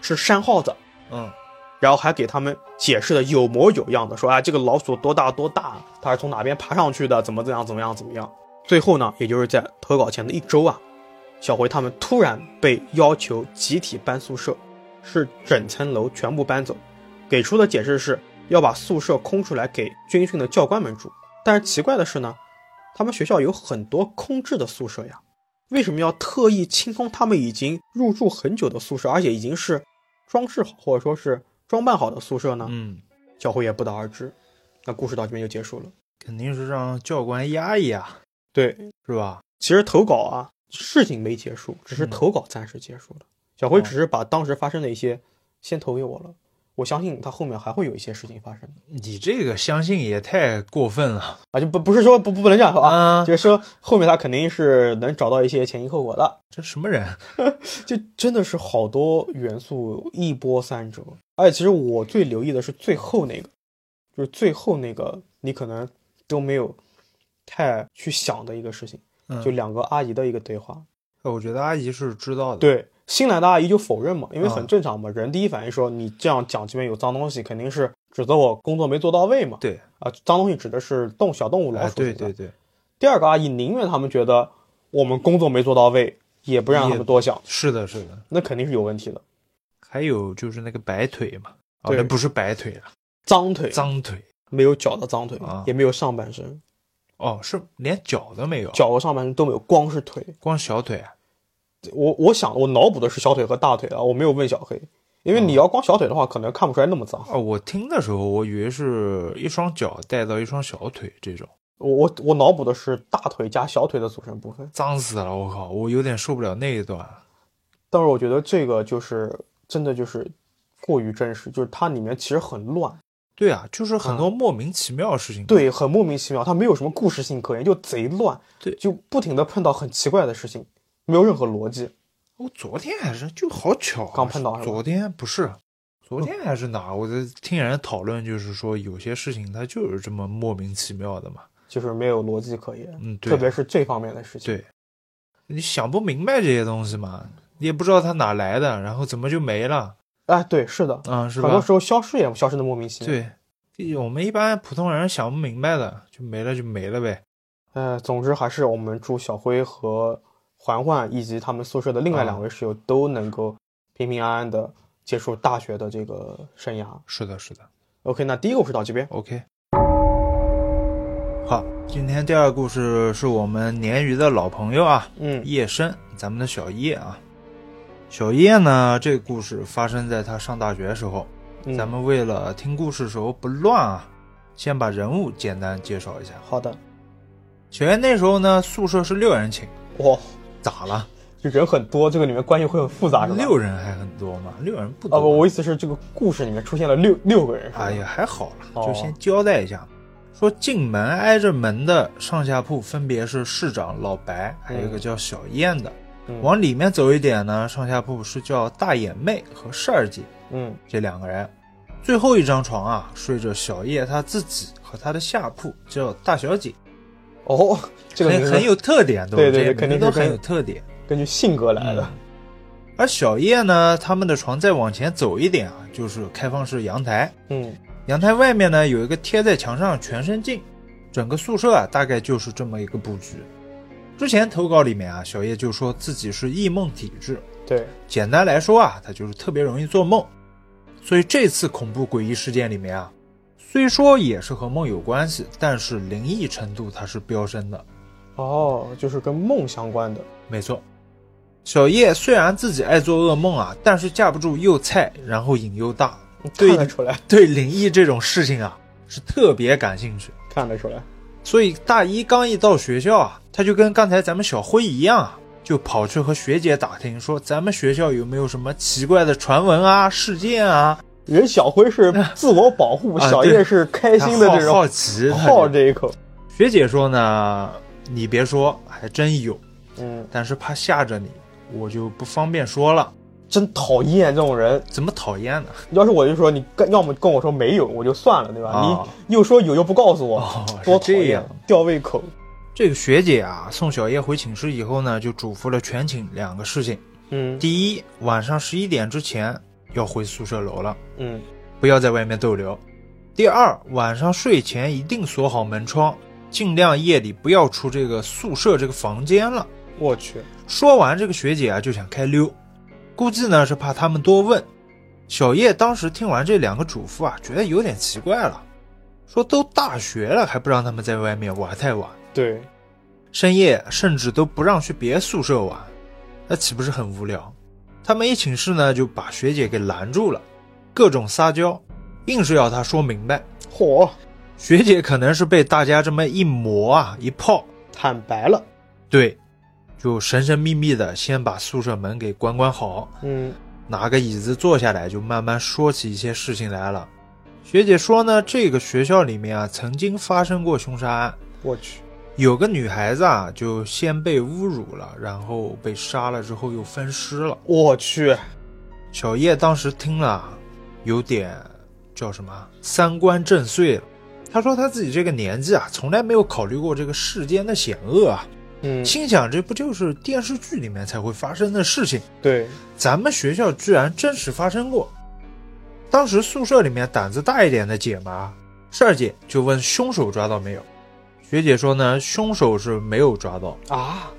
Speaker 1: 是山耗子。”
Speaker 2: 嗯，
Speaker 1: 啊然后还给他们解释的有模有样的，说啊、这个老鼠多大多大，它是从哪边爬上去的，怎么怎样怎么样怎么样。最后呢，也就是在投稿前的一周啊，小辉他们突然被要求集体搬宿舍，是整层楼全部搬走。给出的解释是要把宿舍空出来给军训的教官们住。但是奇怪的是呢，他们学校有很多空置的宿舍呀，为什么要特意清空他们已经入住很久的宿舍，而且已经是装饰好或者说是装扮好的宿舍呢？
Speaker 2: 嗯，
Speaker 1: 小辉也不得而知。那故事到这边就结束了。
Speaker 2: 肯定是让教官压一压，
Speaker 1: 对，
Speaker 2: 是吧？
Speaker 1: 其实投稿啊，事情没结束，只是
Speaker 2: 嗯
Speaker 1: 投稿暂时结束了。小辉
Speaker 2: 哦
Speaker 1: 只是把当时发生的一些先投给我了，我相信他后面还会有一些事情发生的
Speaker 2: 你这个相信也太过分了
Speaker 1: 啊，就不不是说不不不能这样说啊，
Speaker 2: 啊！
Speaker 1: 就是说后面他肯定是能找到一些前因后果的，
Speaker 2: 这什么人？啊
Speaker 1: 就真的是好多元素一波三折。而且其实我最留意的是最后那个，就是最后那个你可能都没有太去想的一个事情，
Speaker 2: 嗯
Speaker 1: 就两个阿姨的一个对话。
Speaker 2: 呃我觉得阿姨是知道的，，
Speaker 1: 对，新来的阿姨就否认嘛，因为很
Speaker 2: 嗯
Speaker 1: 正常嘛，人第一反应说你这样讲这边有脏东西，肯定是指责我工作没做到位嘛。
Speaker 2: 对
Speaker 1: 啊，脏东西指的是动小动物老
Speaker 2: 哎，
Speaker 1: 鼠什么的、
Speaker 2: 对对对，
Speaker 1: 第二个阿姨宁愿他们觉得我们工作没做到位，也不让他
Speaker 2: 也
Speaker 1: 们多想，
Speaker 2: 是的，是的。
Speaker 1: 那肯定是有问题的。
Speaker 2: 还有就是那个白腿嘛，啊，
Speaker 1: 对
Speaker 2: 那不是白腿了，
Speaker 1: 脏腿，
Speaker 2: 脏腿
Speaker 1: 没有脚的脏腿，
Speaker 2: 啊
Speaker 1: 也没有上半身，
Speaker 2: 哦，是连脚都没有，
Speaker 1: 脚和上半身都没有，光是腿。
Speaker 2: 光小腿啊，
Speaker 1: 我我想我脑补的是小腿和大腿啊，我没有问小黑，因为你要光小腿的话，可能看不出来那么脏。
Speaker 2: 哦，我听的时候我以为是一双脚带到一双小腿这种，
Speaker 1: 我我我脑补的是大腿加小腿的组成部分，
Speaker 2: 脏死了，我靠，我有点受不了那一段。
Speaker 1: 但是我觉得这个就是真的就是过于真实，就是它里面其实很乱，
Speaker 2: 对啊，就是很多莫名其妙的事情。
Speaker 1: 对，很莫名其妙，它没有什么故事性可言，就贼乱，
Speaker 2: 对
Speaker 1: 就不停的碰到很奇怪的事情，没有任何逻辑。
Speaker 2: 我昨天还是就好巧啊，
Speaker 1: 刚碰到是吧
Speaker 2: 昨天不是，昨天还是哪？我在听人讨论，就是说有些事情它就是这么莫名其妙的嘛。
Speaker 1: 就是没有逻辑可言，
Speaker 2: 嗯，对啊
Speaker 1: 特别是这方面的事情。
Speaker 2: 对，你想不明白这些东西嘛，你也不知道它哪来的，然后怎么就没了
Speaker 1: 哎，对，是的，
Speaker 2: 啊、是
Speaker 1: 很多
Speaker 2: 吧？
Speaker 1: 时候消失也消失的莫名其妙。，
Speaker 2: 对，我们一般普通人想不明白的，就没了就没了呗。
Speaker 1: 呃，总之还是我们祝小辉和环环以及他们宿舍的另外
Speaker 2: 啊
Speaker 1: 两位室友都能够平平安安的结束大学的这个生涯。
Speaker 2: 是的，是的
Speaker 1: OK，那第一个故事到这边，
Speaker 2: ，OK。好，今天第二个故事是我们鲶鱼的老朋友啊，
Speaker 1: 嗯
Speaker 2: 叶深，咱们的小叶啊。小叶呢，这个故事发生在他上大学时候。
Speaker 1: 嗯，
Speaker 2: 咱们为了听故事时候不乱啊，先把人物简单介绍一下。
Speaker 1: 好的，
Speaker 2: 小叶那时候呢，宿舍是六人寝，
Speaker 1: 哇，
Speaker 2: 咋了？
Speaker 1: 就人很多，这个里面关系会很复杂，是吧？
Speaker 2: 六人还很多嘛？六人不多
Speaker 1: 啊
Speaker 2: 吧。
Speaker 1: 不，我意思是这个故事里面出现了六六个人，是吧
Speaker 2: 哎呀，，还好了，
Speaker 1: 哦
Speaker 2: 就先交代一下。说进门挨着门的上下铺分别是市长老白，还有一个叫小燕的。
Speaker 1: 嗯
Speaker 2: 往里面走一点呢，上下铺是叫大眼妹和扇儿姐。
Speaker 1: 嗯
Speaker 2: 这两个人。最后一张床啊，睡着小叶她自己和她的下铺叫大小姐，
Speaker 1: 哦，这个名
Speaker 2: 很
Speaker 1: 字
Speaker 2: 很有特点，吧
Speaker 1: 对对对
Speaker 2: 这些
Speaker 1: 肯定
Speaker 2: 名字都
Speaker 1: 是跟
Speaker 2: 很有特点。
Speaker 1: 根据性格来的，
Speaker 2: 而小叶呢，他们的床再往前走一点啊，就是开放式阳台，
Speaker 1: 嗯
Speaker 2: 阳台外面呢有一个贴在墙上的全身镜，整个宿舍啊大概就是这么一个布局。之前投稿里面啊，小叶就说自己是易梦体质，
Speaker 1: 对，
Speaker 2: 简单来说啊，他就是特别容易做梦。所以这次恐怖诡异事件里面啊，虽说也是和梦有关系，但是灵异程度它是飙升的。
Speaker 1: 哦，就是跟梦相关的，
Speaker 2: 没错，小叶虽然自己爱做噩梦啊，但是架不住又菜，然后瘾又大，对
Speaker 1: 看得出来，
Speaker 2: 对灵异这种事情啊是特别感兴趣。
Speaker 1: 看得出来，
Speaker 2: 所以大一刚一到学校啊，他就跟刚才咱们小辉一样啊，就跑去和学姐打听，说咱们学校有没有什么奇怪的传闻啊、事件啊，
Speaker 1: 人小辉是自我保护，
Speaker 2: 啊
Speaker 1: 小
Speaker 2: 对
Speaker 1: 叶是开心的
Speaker 2: 好
Speaker 1: 这种
Speaker 2: 好奇，他就
Speaker 1: 好这一口。
Speaker 2: 学姐说呢，你别说，还真有，
Speaker 1: 嗯，
Speaker 2: 但是怕吓着你，我就不方便说了。
Speaker 1: 真讨厌这种人。
Speaker 2: 怎么讨厌呢？
Speaker 1: 要是我就说你跟，要么跟我说没有，我就算了，对吧？
Speaker 2: 啊
Speaker 1: 你又说有又不告诉我，
Speaker 2: 哦
Speaker 1: 多讨
Speaker 2: 是这
Speaker 1: 厌
Speaker 2: 样，
Speaker 1: 吊胃口。
Speaker 2: 这个学姐啊，送小叶回寝室以后呢，就嘱咐了全寝两个事情：
Speaker 1: 嗯
Speaker 2: 第一，晚上十一点之前要回宿舍楼了，
Speaker 1: 嗯，
Speaker 2: 不要在外面逗留；第二，晚上睡前一定锁好门窗，尽量夜里不要出这个宿舍这个房间了。
Speaker 1: 我去，
Speaker 2: 说完，这个学姐啊就想开溜，估计呢是怕他们多问。小叶当时听完这两个嘱咐啊，觉得有点奇怪了，说都大学了还不让他们在外面玩太晚，
Speaker 1: 对，
Speaker 2: 深夜甚至都不让去别宿舍玩，那岂不是很无聊？他们一寝室呢就把学姐给拦住了，各种撒娇，硬是要她说明白。
Speaker 1: 嚯，
Speaker 2: 学姐可能是被大家这么一磨啊一泡，
Speaker 1: 坦白了。
Speaker 2: 对，就神神秘秘的先把宿舍门给关关好，
Speaker 1: 嗯
Speaker 2: 拿个椅子坐下来，就慢慢说起一些事情来了。学姐说呢，这个学校里面啊，曾经发生过凶杀案，
Speaker 1: 我去，
Speaker 2: 有个女孩子啊，就先被侮辱了，然后被杀了之后又分尸了。
Speaker 1: 我去，
Speaker 2: 小叶当时听了啊，有点叫什么三观震碎了。他说他自己这个年纪啊，从来没有考虑过这个世间的险恶啊，
Speaker 1: 嗯，
Speaker 2: 心想这不就是电视剧里面才会发生的事情？
Speaker 1: 对，
Speaker 2: 咱们学校居然真实发生过。当时宿舍里面胆子大一点的姐们啊，帅姐就问凶手抓到没有，学姐说呢，凶手是没有抓到，
Speaker 1: 啊，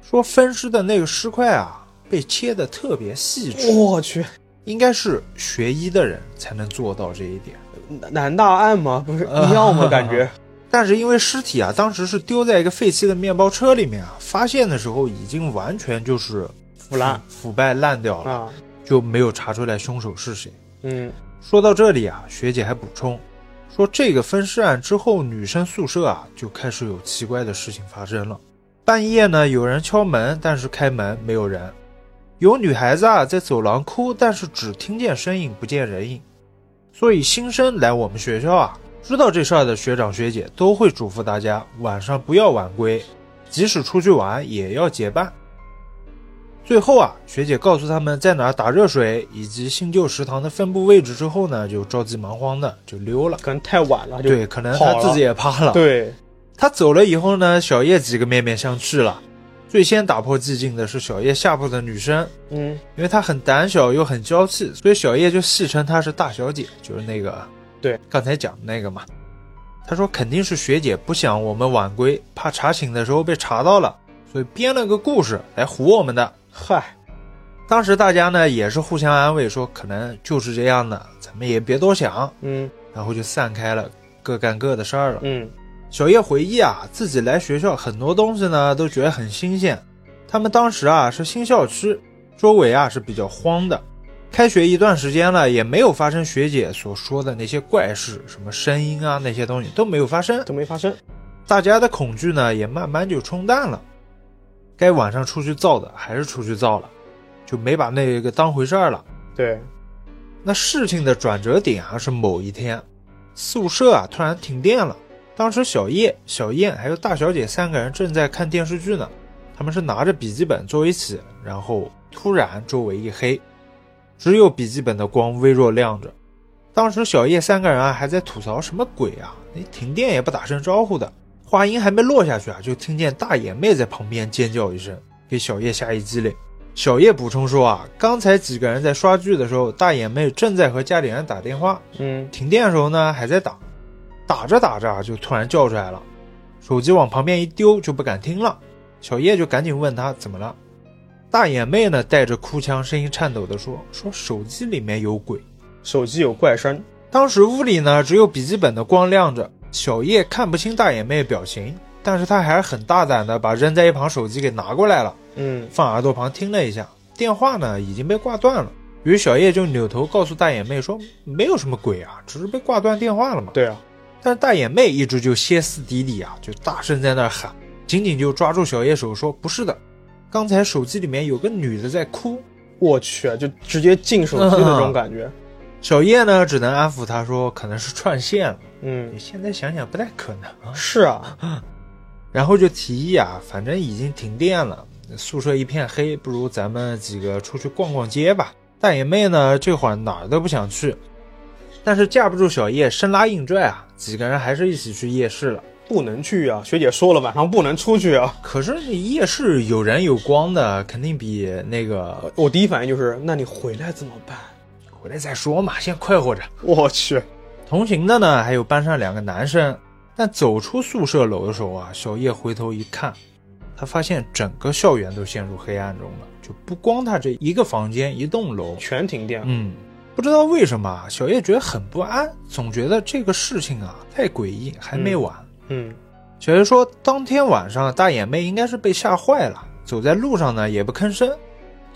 Speaker 2: 说分尸的那个尸块啊被切得特别细致，
Speaker 1: 我去，
Speaker 2: 应该是学医的人才能做到这一点。
Speaker 1: 南南大案吗？不是
Speaker 2: 啊
Speaker 1: 一样吗？感 觉，
Speaker 2: 但是因为尸体啊，当时是丢在一个废弃的面包车里面啊，发现的时候已经完全就是
Speaker 1: 腐烂
Speaker 2: 腐败烂掉了，
Speaker 1: 啊，
Speaker 2: 就没有查出来凶手是谁。
Speaker 1: 嗯
Speaker 2: 说到这里啊，学姐还补充说，这个分尸案之后，女生宿舍啊就开始有奇怪的事情发生了。半夜呢，有人敲门，但是开门没有人；有女孩子啊在走廊哭，但是只听见声音不见人影。所以新生来我们学校啊，知道这事儿的学长学姐都会嘱咐大家晚上不要晚归，即使出去玩也要结伴。最后啊，学姐告诉他们在哪儿打热水以及新旧食堂的分布位置之后呢，就着急忙慌的就溜了。
Speaker 1: 可能太晚了，就
Speaker 2: 对，可能
Speaker 1: 跑
Speaker 2: 他
Speaker 1: 了
Speaker 2: 自己也怕了。
Speaker 1: 对，
Speaker 2: 他走了以后呢，小叶几个面面相觑了。最先打破寂静的是小叶下铺的女生，
Speaker 1: 嗯，
Speaker 2: 因为她很胆小又很娇气，所以小叶就戏称她是大小姐，就是那个
Speaker 1: 对
Speaker 2: 刚才讲的那个嘛。他说肯定是学姐不想我们晚归，怕查寝的时候被查到了，所以编了个故事来唬我们的。
Speaker 1: 嗨，
Speaker 2: 当时大家呢也是互相安慰说，可能就是这样的，咱们也别多想，
Speaker 1: 嗯
Speaker 2: 然后就散开了，各干各的事儿了。
Speaker 1: 嗯
Speaker 2: 小叶回忆啊，自己来学校很多东西呢都觉得很新鲜。他们当时啊是新校区，周围啊是比较荒的。开学一段时间了，也没有发生学姐所说的那些怪事，什么声音啊那些东西都没有发生。
Speaker 1: 都没发生，
Speaker 2: 大家的恐惧呢也慢慢就冲淡了。该晚上出去造的还是出去造了，就没把那个当回事儿了。
Speaker 1: 对，
Speaker 2: 那事情的转折点啊是某一天，宿舍啊突然停电了。当时小叶、小燕还有大小姐三个人正在看电视剧呢，他们是拿着笔记本坐一起，然后突然周围一黑，只有笔记本的光微弱亮着。当时小叶三个人啊还在吐槽什么鬼啊，你停电也不打声招呼的。话音还没落下去啊，就听见大眼妹在旁边尖叫一声，给小叶吓一激灵。小叶补充说啊，刚才几个人在刷剧的时候，大眼妹正在和家里人打电话，
Speaker 1: 嗯
Speaker 2: 停电的时候呢还在打，打着打着啊就突然叫出来了，手机往旁边一丢就不敢听了。小叶就赶紧问他怎么了，大眼妹呢带着哭腔，声音颤抖的说：“说手机里面有鬼。”
Speaker 1: 手机有怪声，
Speaker 2: 当时屋里呢只有笔记本的光亮着，小叶看不清大眼妹表情，但是她还是很大胆的把扔在一旁手机给拿过来了，
Speaker 1: 嗯
Speaker 2: 放耳朵旁听了一下。电话呢已经被挂断了，于是小叶就扭头告诉大眼妹说没有什么鬼啊，只是被挂断电话了嘛。
Speaker 1: 对啊，
Speaker 2: 但是大眼妹一直就歇斯底里啊，就大声在那儿喊，紧紧就抓住小叶手说不是的，刚才手机里面有个女的在哭。
Speaker 1: 我去，啊就直接进手机的这种感觉，
Speaker 2: 小叶呢只能安抚她说可能是串线了，
Speaker 1: 嗯
Speaker 2: 你，现在想想不太可能啊。
Speaker 1: 是啊，
Speaker 2: 然后就提议啊，反正已经停电了，宿舍一片黑，不如咱们几个出去逛逛街吧。大眼妹呢，这会儿哪儿都不想去，但是架不住小叶生拉硬拽啊，几个人还是一起去夜市了。
Speaker 1: 不能去啊，学姐说了晚上不能出去啊。
Speaker 2: 可是你夜市有人有光的，肯定比那个
Speaker 1: 我第一反应就是，那你回来怎么办？
Speaker 2: 回来再说嘛，先快活着。
Speaker 1: 我去，
Speaker 2: 同行的呢，还有班上两个男生。但走出宿舍楼的时候啊，小叶回头一看，他发现整个校园都陷入黑暗中了，就不光他这一个房间、一栋楼。
Speaker 1: 全停电，
Speaker 2: 嗯，不知道为什么啊，小叶觉得很不安，总觉得这个事情啊太诡异，还没完。
Speaker 1: 嗯
Speaker 2: 小叶说，当天晚上大眼妹应该是被吓坏了，走在路上呢也不吭声，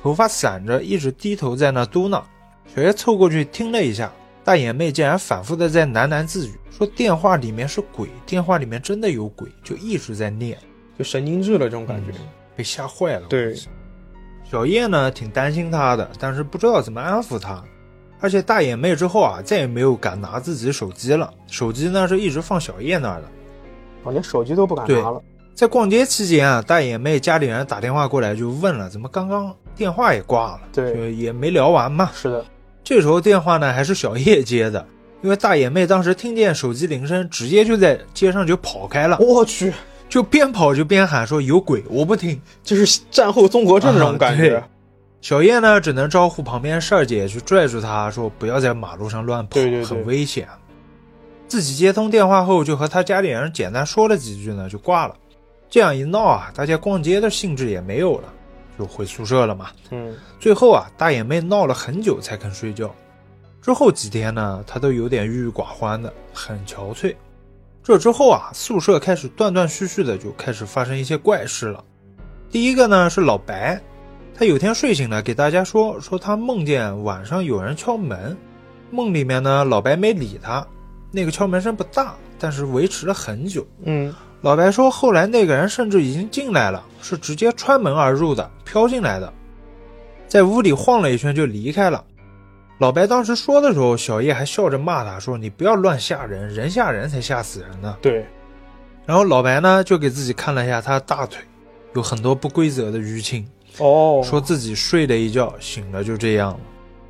Speaker 2: 头发散着，一直低头在那嘟囔。小叶凑过去听了一下，大眼妹竟然反复的在喃喃自语，说电话里面是鬼，电话里面真的有鬼，就一直在念，
Speaker 1: 就神经质了这种感觉。
Speaker 2: 被吓坏了。
Speaker 1: 对，
Speaker 2: 小叶呢挺担心她的，但是不知道怎么安抚她。而且大眼妹之后啊，再也没有敢拿自己手机了，手机呢是一直放小叶那儿的。
Speaker 1: 我哦连手机都不敢拿了。
Speaker 2: 在逛街期间啊，大眼妹家里人打电话过来就问了，怎么刚刚电话也挂了？
Speaker 1: 对
Speaker 2: 就也没聊完嘛。
Speaker 1: 是的，
Speaker 2: 这时候电话呢还是小叶接的，因为大眼妹当时听见手机铃声，直接就在街上就跑开了，
Speaker 1: 我去，
Speaker 2: 就边跑就边喊说有鬼，我不听。
Speaker 1: 这是战后综合症这种感觉。
Speaker 2: 啊小叶呢只能招呼旁边善儿姐去拽住她，说不要在马路上乱跑，
Speaker 1: 对对对
Speaker 2: 很危险。自己接通电话后，就和他家里人简单说了几句呢，就挂了。这样一闹啊，大家逛街的兴致也没有了，就回宿舍了嘛。
Speaker 1: 嗯，
Speaker 2: 最后啊，大眼妹闹了很久才肯睡觉。之后几天呢，她都有点郁郁寡欢的，很憔悴。这之后啊，宿舍开始断断续续的就开始发生一些怪事了。第一个呢是老白，他有天睡醒了，给大家说说他梦见晚上有人敲门，梦里面呢老白没理他，那个敲门声不大，但是维持了很久。
Speaker 1: 嗯，
Speaker 2: 老白说，后来那个人甚至已经进来了，是直接穿门而入的，飘进来的，在屋里晃了一圈就离开了。老白当时说的时候，小叶还笑着骂他说：“你不要乱吓人，人吓人才吓死人呢。
Speaker 1: 对，”
Speaker 2: 然后老白呢就给自己看了一下他的大腿，有很多不规则的淤青，
Speaker 1: 哦，
Speaker 2: 说自己睡了一觉醒了就这样了。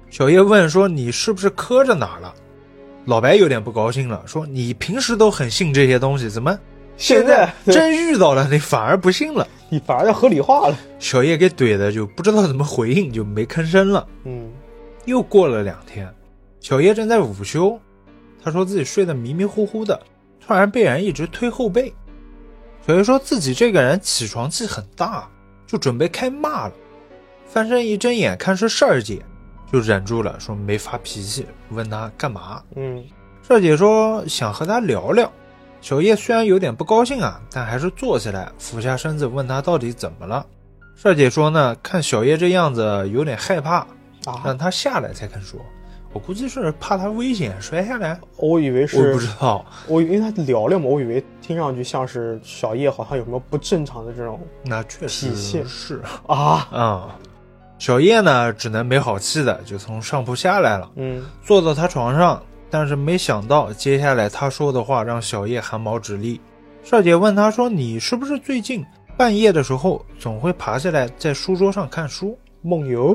Speaker 2: 小叶问说：“你是不是磕着哪儿了？”老白有点不高兴了，说：“你平时都很信这些东西，怎么
Speaker 1: 现在
Speaker 2: 真遇到了，你反而不信了。
Speaker 1: 你反而要合理化了。
Speaker 2: 小叶给怼的就不知道怎么回应，就没吭声了。
Speaker 1: 嗯，
Speaker 2: 又过了两天，小叶正在午休，他说自己睡得迷迷糊糊的，突然被人一直推后背。小叶说自己这个人起床气很大，就准备开骂了，翻身一睁眼看是事儿姐，就忍住了，说没发脾气，问她干嘛。
Speaker 1: 嗯，
Speaker 2: 帅姐说想和他聊聊。小叶虽然有点不高兴啊，但还是坐起来，俯下身子问他到底怎么了。帅姐说呢，看小叶这样子有点害怕，
Speaker 1: 啊，
Speaker 2: 让他下来才肯说。我估计是怕他危险摔下来，
Speaker 1: 我以为
Speaker 2: 我
Speaker 1: 是
Speaker 2: 不知道。
Speaker 1: 我因为他聊聊嘛，我以为听上去像是小叶好像有什么不正常的这种
Speaker 2: 那确实
Speaker 1: 体现
Speaker 2: 是
Speaker 1: 啊，
Speaker 2: 啊、小叶呢，只能没好气的就从上铺下来了，
Speaker 1: 嗯，
Speaker 2: 坐到他床上，但是没想到接下来他说的话让小叶汗毛直立。少姐问他说：“你是不是最近半夜的时候总会爬起来在书桌上看书
Speaker 1: 梦游，？”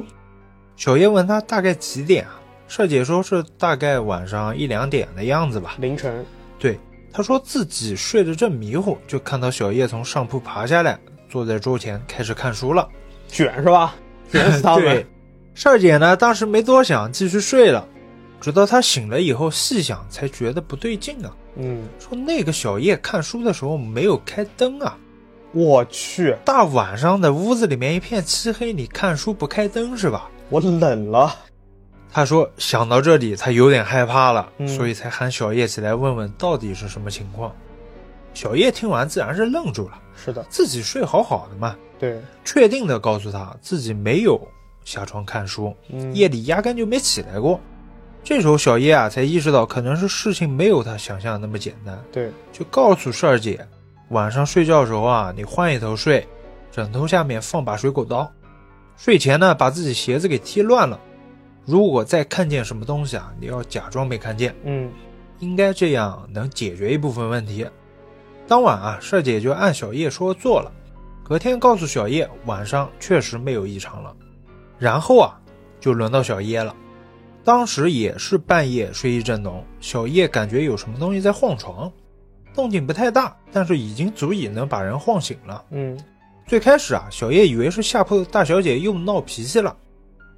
Speaker 2: 小叶问他大概几点啊？少姐说是大概晚上一两点的样子吧。
Speaker 1: 凌晨，
Speaker 2: 对，他说自己睡得正迷糊，就看到小叶从上铺爬下来，坐在桌前开始看书了。
Speaker 1: 卷是吧？卷死他
Speaker 2: 对
Speaker 1: 们，，
Speaker 2: 少姐呢，当时没多想，继续睡了。直到她醒了以后，细想才觉得不对劲啊，
Speaker 1: 嗯，
Speaker 2: 说那个小叶看书的时候没有开灯啊，
Speaker 1: 我去，
Speaker 2: 大晚上的屋子里面一片漆黑，你看书不开灯是吧？
Speaker 1: 我冷了，
Speaker 2: 她说想到这里，她有点害怕了，
Speaker 1: 嗯
Speaker 2: 所以才喊小叶起来问问到底是什么情况。小叶听完自然是愣住了，
Speaker 1: 是的，
Speaker 2: 自己睡好好的嘛，
Speaker 1: 对，
Speaker 2: 确定的告诉她自己没有下床看书，
Speaker 1: 嗯，
Speaker 2: 夜里压根就没起来过。这时候小叶啊才意识到，可能是事情没有他想象的那么简单，
Speaker 1: 对，
Speaker 2: 就告诉帅儿姐，晚上睡觉的时候啊，你换一头睡，枕头下面放把水果刀，睡前呢把自己鞋子给踢乱了。如果再看见什么东西啊，你要假装没看见，
Speaker 1: 嗯，
Speaker 2: 应该这样能解决一部分问题。当晚啊，帅姐就按小叶说做了，隔天告诉小叶晚上确实没有异常了。然后啊，就轮到小叶了。当时也是半夜睡意正浓，小叶感觉有什么东西在晃床，动静不太大，但是已经足以能把人晃醒了。
Speaker 1: 嗯，
Speaker 2: 最开始啊，小叶以为是下铺的大小姐又闹脾气了。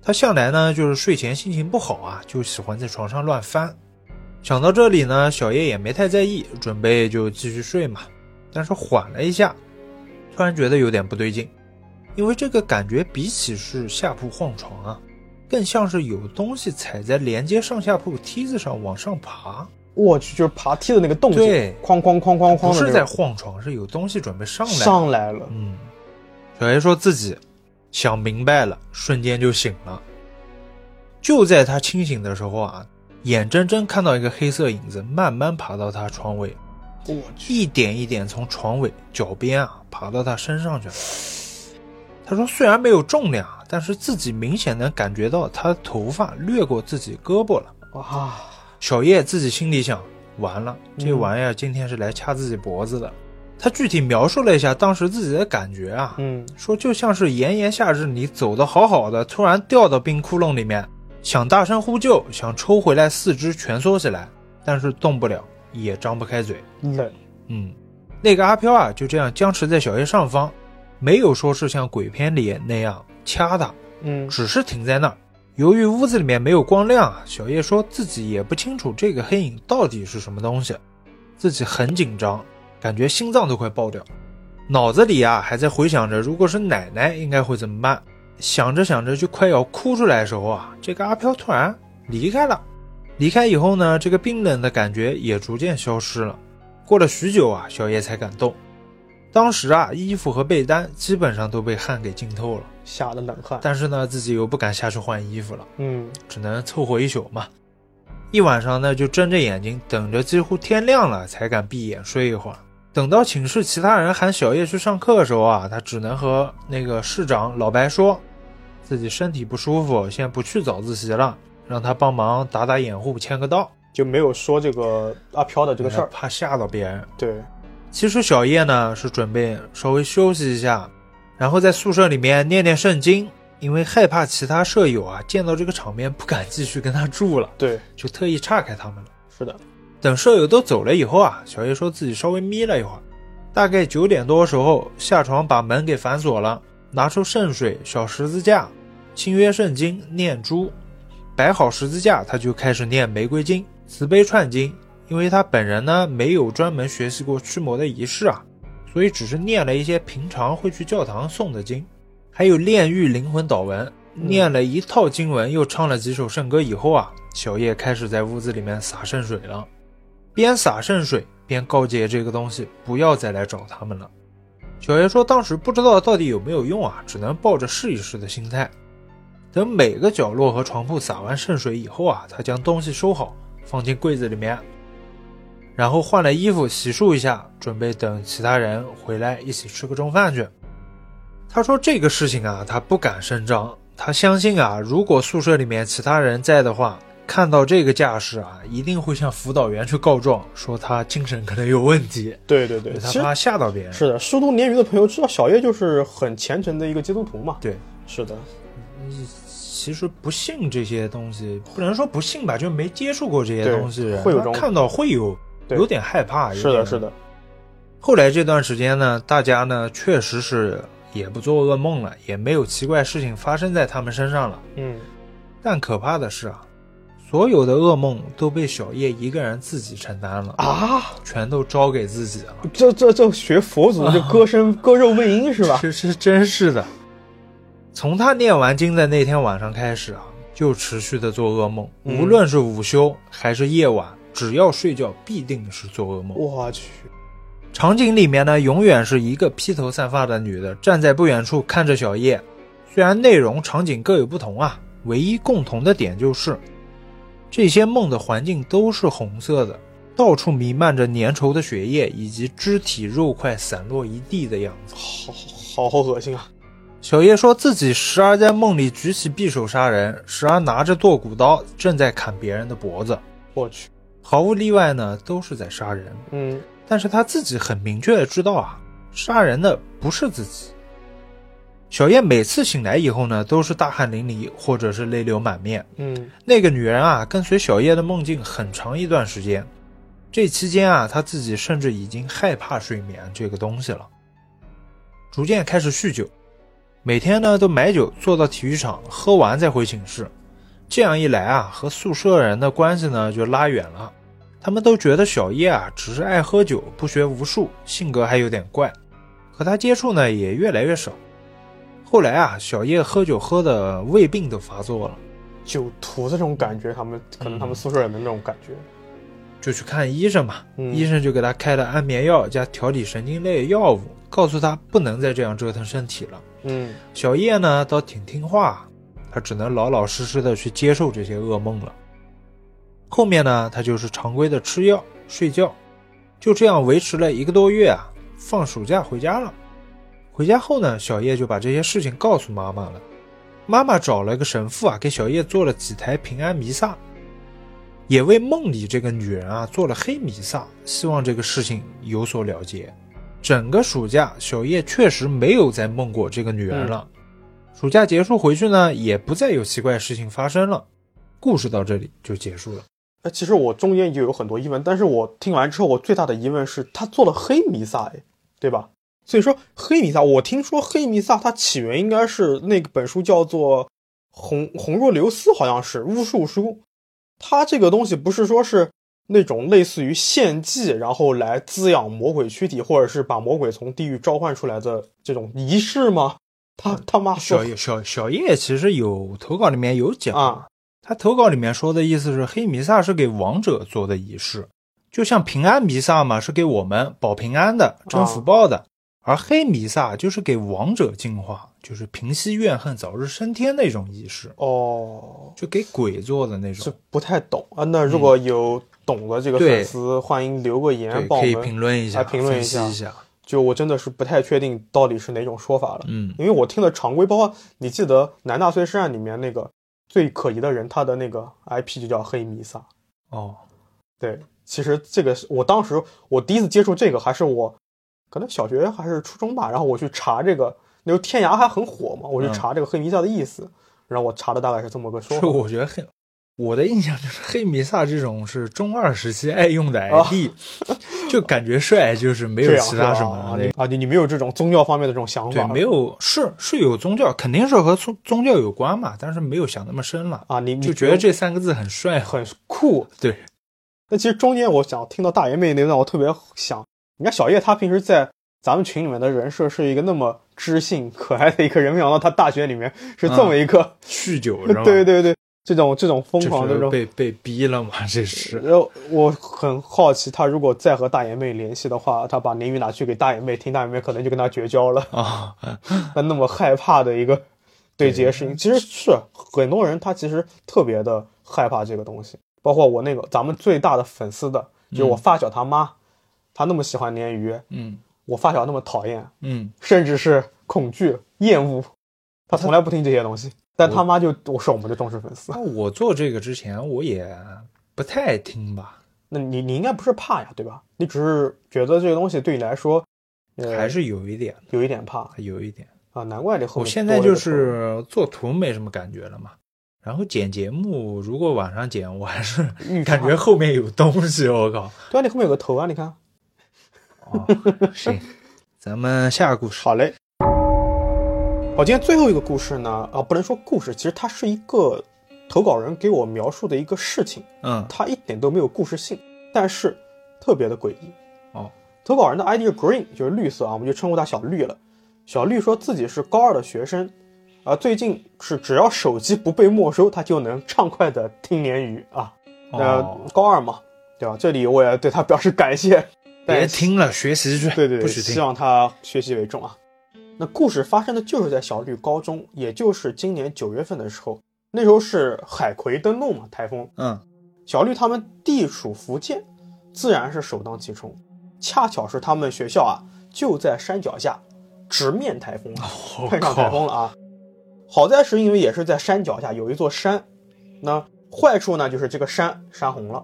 Speaker 2: 她向来呢，就是睡前心情不好啊，就喜欢在床上乱翻。想到这里呢，小叶也没太在意，准备就继续睡嘛。但是缓了一下，突然觉得有点不对劲，因为这个感觉比起是下铺晃床啊，更像是有东西踩在连接上下铺梯子上往上爬，
Speaker 1: 我去，就是爬梯的那个动静，
Speaker 2: 对
Speaker 1: 哐哐哐哐
Speaker 2: 不
Speaker 1: 哐的
Speaker 2: 是
Speaker 1: 那
Speaker 2: 在
Speaker 1: 种，
Speaker 2: 晃床，是有东西准备上来的。
Speaker 1: 上来了，
Speaker 2: 嗯，小叶说自己想明白了，瞬间就醒了。就在他清醒的时候啊，眼睁睁看到一个黑色影子慢慢爬到他床尾，嗯
Speaker 1: 我去，
Speaker 2: 一点一点从床尾脚边啊爬到他身上去了。他说虽然没有重量啊，但是自己明显能感觉到他的头发掠过自己胳膊了。
Speaker 1: 啊，
Speaker 2: 小叶自己心里想：完了，这
Speaker 1: 嗯
Speaker 2: 玩意儿今天是来掐自己脖子的。他具体描述了一下当时自己的感觉啊，
Speaker 1: 嗯，
Speaker 2: 说就像是炎炎夏日，你走的好好的，突然掉到冰窟窿里面，想大声呼救，想抽回来四肢蜷缩起来，但是动不了，也张不开嘴。
Speaker 1: 冷，
Speaker 2: 嗯，那个阿飘啊，就这样僵持在小叶上方，没有说是像鬼片里那样掐他，
Speaker 1: 嗯
Speaker 2: 只是停在那儿。由于屋子里面没有光亮啊，小叶说自己也不清楚这个黑影到底是什么东西，自己很紧张，感觉心脏都快爆掉，脑子里啊还在回想着如果是奶奶应该会怎么办，想着想着就快要哭出来的时候啊，这个阿飘突然离开了。离开以后呢，这个冰冷的感觉也逐渐消失了。过了许久啊，小叶才敢动。当时啊，衣服和被单基本上都被汗给浸透了。
Speaker 1: 吓得冷汗，
Speaker 2: 但是呢，自己又不敢下去换衣服了，
Speaker 1: 嗯
Speaker 2: 只能凑合一宿嘛。一晚上呢，就睁着眼睛等着，几乎天亮了才敢闭眼睡一会儿。等到寝室其他人喊小叶去上课的时候啊，他只能和那个市长老白说，自己身体不舒服，现在不去早自习了，让他帮忙打打掩护，签个到。
Speaker 1: 就没有说这个阿飘的这个事儿，
Speaker 2: 怕吓到别人。
Speaker 1: 对，
Speaker 2: 其实小叶呢是准备稍微休息一下，然后在宿舍里面念念圣经，因为害怕其他舍友啊见到这个场面不敢继续跟他住了，
Speaker 1: 对，
Speaker 2: 就特意岔开他们了。
Speaker 1: 是的，
Speaker 2: 等舍友都走了以后啊，小叶说自己稍微眯了一会儿，大概九点多的时候下床把门给反锁了，拿出圣水、小十字架、新约圣经念珠，摆好十字架，他就开始念玫瑰经、慈悲串经。因为他本人呢没有专门学习过驱魔的仪式啊，所以只是念了一些平常会去教堂诵的经，还有炼狱灵魂祷文。念了一套经文，又唱了几首圣歌以后啊，小叶开始在屋子里面洒圣水了。边洒圣水边告诫这个东西不要再来找他们了。小叶说，当时不知道到底有没有用啊，只能抱着试一试的心态。等每个角落和床铺洒完圣水以后啊，他将东西收好，放进柜子里面，然后换了衣服洗漱一下，准备等其他人回来一起吃个中饭去。他说这个事情啊，他不敢声张，他相信啊，如果宿舍里面其他人在的话，看到这个架势啊，一定会向辅导员去告状，说他精神可能有问题，
Speaker 1: 对对对，
Speaker 2: 他
Speaker 1: 其实
Speaker 2: 怕吓到别人。
Speaker 1: 是的，疏通鲶鱼的朋友知道小叶就是很虔诚的一个基督徒嘛，
Speaker 2: 对，
Speaker 1: 是的，
Speaker 2: 其实不信这些东西，不能说不信吧，就没接触过这些
Speaker 1: 对
Speaker 2: 东西的人，
Speaker 1: 会有
Speaker 2: 他
Speaker 1: 这种
Speaker 2: 看到会有
Speaker 1: 对
Speaker 2: 有点害怕。
Speaker 1: 是的，是
Speaker 2: 的。
Speaker 1: 的，
Speaker 2: 后来这段时间呢，大家呢确实是也不做噩梦了，也没有奇怪事情发生在他们身上了。
Speaker 1: 嗯，
Speaker 2: 但可怕的是啊，所有的噩梦都被小叶一个人自己承担了，
Speaker 1: 啊，
Speaker 2: 全都招给自己了。
Speaker 1: 这这这学佛祖 这割身割肉喂鹰是吧？
Speaker 2: 这是真是的。从他念完经的那天晚上开始啊，就持续的做噩梦，
Speaker 1: 嗯
Speaker 2: 无论是午休还是夜晚，只要睡觉必定是做噩梦。
Speaker 1: 我去，
Speaker 2: 场景里面呢，永远是一个披头散发的女的站在不远处看着小叶。虽然内容场景各有不同啊，唯一共同的点就是，这些梦的环境都是红色的，到处弥漫着粘稠的血液以及肢体肉块散落一地的样子。
Speaker 1: 好好好恶心啊！
Speaker 2: 小叶说自己时而在梦里举起匕首杀人，时而拿着剁骨刀正在砍别人的脖子，
Speaker 1: 我去，
Speaker 2: 毫无例外呢，都是在杀人。
Speaker 1: 嗯，
Speaker 2: 但是他自己很明确的知道啊，杀人的不是自己。小叶每次醒来以后呢，都是大汗淋漓或者是泪流满面。
Speaker 1: 嗯，
Speaker 2: 那个女人啊，跟随小叶的梦境很长一段时间，这期间啊，她自己甚至已经害怕睡眠这个东西了，逐渐开始酗酒，每天呢都买酒坐到体育场喝完再回寝室，这样一来啊，和宿舍人的关系呢就拉远了，他们都觉得小叶啊只是爱喝酒，不学无术，性格还有点怪，和他接触呢也越来越少。后来啊，小叶喝酒喝的胃病都发作了。
Speaker 1: 酒徒的这种感觉，他们可能他们宿舍人的那种感觉，
Speaker 2: 就去看医生嘛。
Speaker 1: 嗯
Speaker 2: 医生就给他开了安眠药加调理神经类药物，告诉他不能再这样折腾身体了。
Speaker 1: 嗯，
Speaker 2: 小叶呢倒挺听话，他只能老老实实的去接受这些噩梦了。后面呢，他就是常规的吃药、睡觉，就这样维持了一个多月啊。放暑假回家了，回家后呢，小叶就把这些事情告诉妈妈了。妈妈找了个神父啊，给小叶做了几台平安弥撒，也为梦里这个女人啊做了黑弥撒，希望这个事情有所了结。整个暑假，小叶确实没有再梦过这个女人了。暑假结束回去呢，也不再有奇怪的事情发生了。故事到这里就结束了。
Speaker 1: 哎，其实我中间也有很多疑问，但是我听完之后，我最大的疑问是，他做了黑弥撒，哎，对吧？所以说黑弥撒，我听说黑弥撒它起源应该是那个本书叫做《红红若流丝》，好像是巫术书。它这个东西不是说是那种类似于献祭，然后来滋养魔鬼躯体，或者是把魔鬼从地狱召唤出来的这种仪式吗？他他妈
Speaker 2: 小
Speaker 1: 说
Speaker 2: 叶小小叶其实有投稿里面有讲，
Speaker 1: 啊，
Speaker 2: 他投稿里面说的意思是黑弥撒是给王者做的仪式，就像平安弥撒嘛是给我们保平安的、
Speaker 1: 啊
Speaker 2: 争福报的，而黑弥撒就是给王者净化，就是平息怨恨、早日升天那种仪式，
Speaker 1: 哦，
Speaker 2: 就给鬼做的那
Speaker 1: 是
Speaker 2: 种。
Speaker 1: 不太懂啊。
Speaker 2: 嗯
Speaker 1: 那如果有懂的这个粉丝，欢迎留个言
Speaker 2: 对，
Speaker 1: 帮我
Speaker 2: 可以
Speaker 1: 们。
Speaker 2: 评论一下，
Speaker 1: 来评论一
Speaker 2: 分析
Speaker 1: 下
Speaker 2: 一下。
Speaker 1: 就我真的是不太确定到底是哪种说法了。
Speaker 2: 嗯，
Speaker 1: 因为我听的常规，包括你记得《南大碎尸案》里面那个最可疑的人，他的那个 IP 就叫黑弥撒。
Speaker 2: 哦，
Speaker 1: 对，其实这个是我当时我第一次接触这个，还是我可能小学还是初中吧，然后我去查这个，那时候天涯还很火嘛，我去
Speaker 2: 嗯
Speaker 1: 查这个黑弥撒的意思，然后我查的大概是这么个说
Speaker 2: 就
Speaker 1: 法。
Speaker 2: 我觉得黑，我的印象就是黑弥撒这种是中二时期爱用的
Speaker 1: 啊
Speaker 2: ID，、就感觉帅，就是没
Speaker 1: 这
Speaker 2: 有
Speaker 1: 样
Speaker 2: 其他
Speaker 1: 是
Speaker 2: 什
Speaker 1: 吧
Speaker 2: 么
Speaker 1: 啊
Speaker 2: 的
Speaker 1: 你。啊，你你没有这种宗教方面的这种想法
Speaker 2: 对，
Speaker 1: 是吧，
Speaker 2: 没有是是有宗教，肯定是和宗宗教有关嘛，但是没有想那么深了，
Speaker 1: 啊，你你
Speaker 2: 就觉得这三个字很帅。
Speaker 1: 很酷。
Speaker 2: 对，
Speaker 1: 那其实中间我想听到大爷妹那段，我特别想，你看小叶他平时在咱们群里面的人设是一个那么知性可爱的一个人，没想到他大学里面是这
Speaker 2: 嗯
Speaker 1: 么一个，
Speaker 2: 酗 酒是吧？
Speaker 1: 对，对对，这种这种疯
Speaker 2: 这
Speaker 1: 狂这
Speaker 2: 是
Speaker 1: 种。
Speaker 2: 被被逼了嘛，这是。
Speaker 1: 然后我很好奇，他如果再和大爷妹联系的话，他把鲶鱼拿去给大爷妹听，大爷妹可能就跟他绝交了。
Speaker 2: 啊、
Speaker 1: 他那么害怕的一个对接事情，其实是很多人他其实特别的害怕这个东西，包括我那个咱们最大的粉丝的，就是我发小他妈，他那么喜欢鲶鱼，
Speaker 2: 嗯
Speaker 1: 我发小那么讨厌，
Speaker 2: 嗯，
Speaker 1: 甚至是恐惧、厌恶，他从来不听这些东西，但他妈就我是我们的忠实粉丝
Speaker 2: 那。我做这个之前我也不太听吧，
Speaker 1: 那你你应该不是怕呀，对吧？你只是觉得这个东西对你来说，呃，
Speaker 2: 还是有一点，
Speaker 1: 有一点怕
Speaker 2: 有一点。
Speaker 1: 啊，难怪你后面
Speaker 2: 我现在
Speaker 1: 多了
Speaker 2: 就
Speaker 1: 个头
Speaker 2: 是做图没什么感觉了嘛，然后剪节目，如果晚上剪，我还是
Speaker 1: 预
Speaker 2: 感
Speaker 1: 判
Speaker 2: 觉后面有东西，我靠！
Speaker 1: 对啊，你后面有个头啊，你看。
Speaker 2: 哦，行，咱们下个故事。
Speaker 1: 好嘞。好，今天最后一个故事呢，啊，不能说故事，其实它是一个投稿人给我描述的一个事情，
Speaker 2: 嗯，
Speaker 1: 它一点都没有故事性，但是特别的诡异。
Speaker 2: 哦，
Speaker 1: 投稿人的 ID 是 Green，就是绿色啊，我们就称呼他小绿了。小绿说自己是高二的学生，啊，最近是只要手机不被没收，他就能畅快的听鲶鱼啊。那、
Speaker 2: 哦，
Speaker 1: 高二嘛，对吧？这里我也对他表示感谢。但
Speaker 2: 别
Speaker 1: 是
Speaker 2: 听了，学习 去，
Speaker 1: 对对
Speaker 2: 不
Speaker 1: 对，
Speaker 2: 许
Speaker 1: 希
Speaker 2: 听。
Speaker 1: 望他学习为重啊。那故事发生的就是在小绿高中，也就是今年九月份的时候，那时候是海葵登陆嘛，台风。
Speaker 2: 嗯，
Speaker 1: 小绿他们地属福建，自然是首当其冲。恰巧是他们学校啊，就在山脚下，直面台风啊，
Speaker 2: 我
Speaker 1: 碰上台
Speaker 2: 靠，
Speaker 1: 风了啊。好在是因为也是在山脚下有一座山，那坏处呢就是这个山山洪了，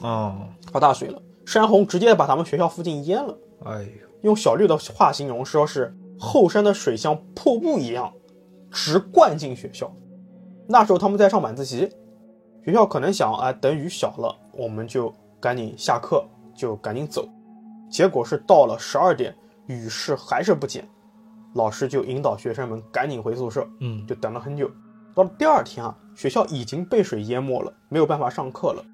Speaker 2: 哦，
Speaker 1: 发大水了，山洪直接把他们学校附近淹了。
Speaker 2: 哎呦，
Speaker 1: 用小绿的话形容，说是后山的水像瀑布一样，直灌进学校。那时候他们在上晚自习，学校可能想啊，等雨小了，我们就赶紧下课，就赶紧走。结果是到了十二点，雨势还是不减，老师就引导学生们赶紧回宿舍，
Speaker 2: 嗯，
Speaker 1: 就等了很久。到了第二天啊，学校已经被水淹没了，没有办法上课了，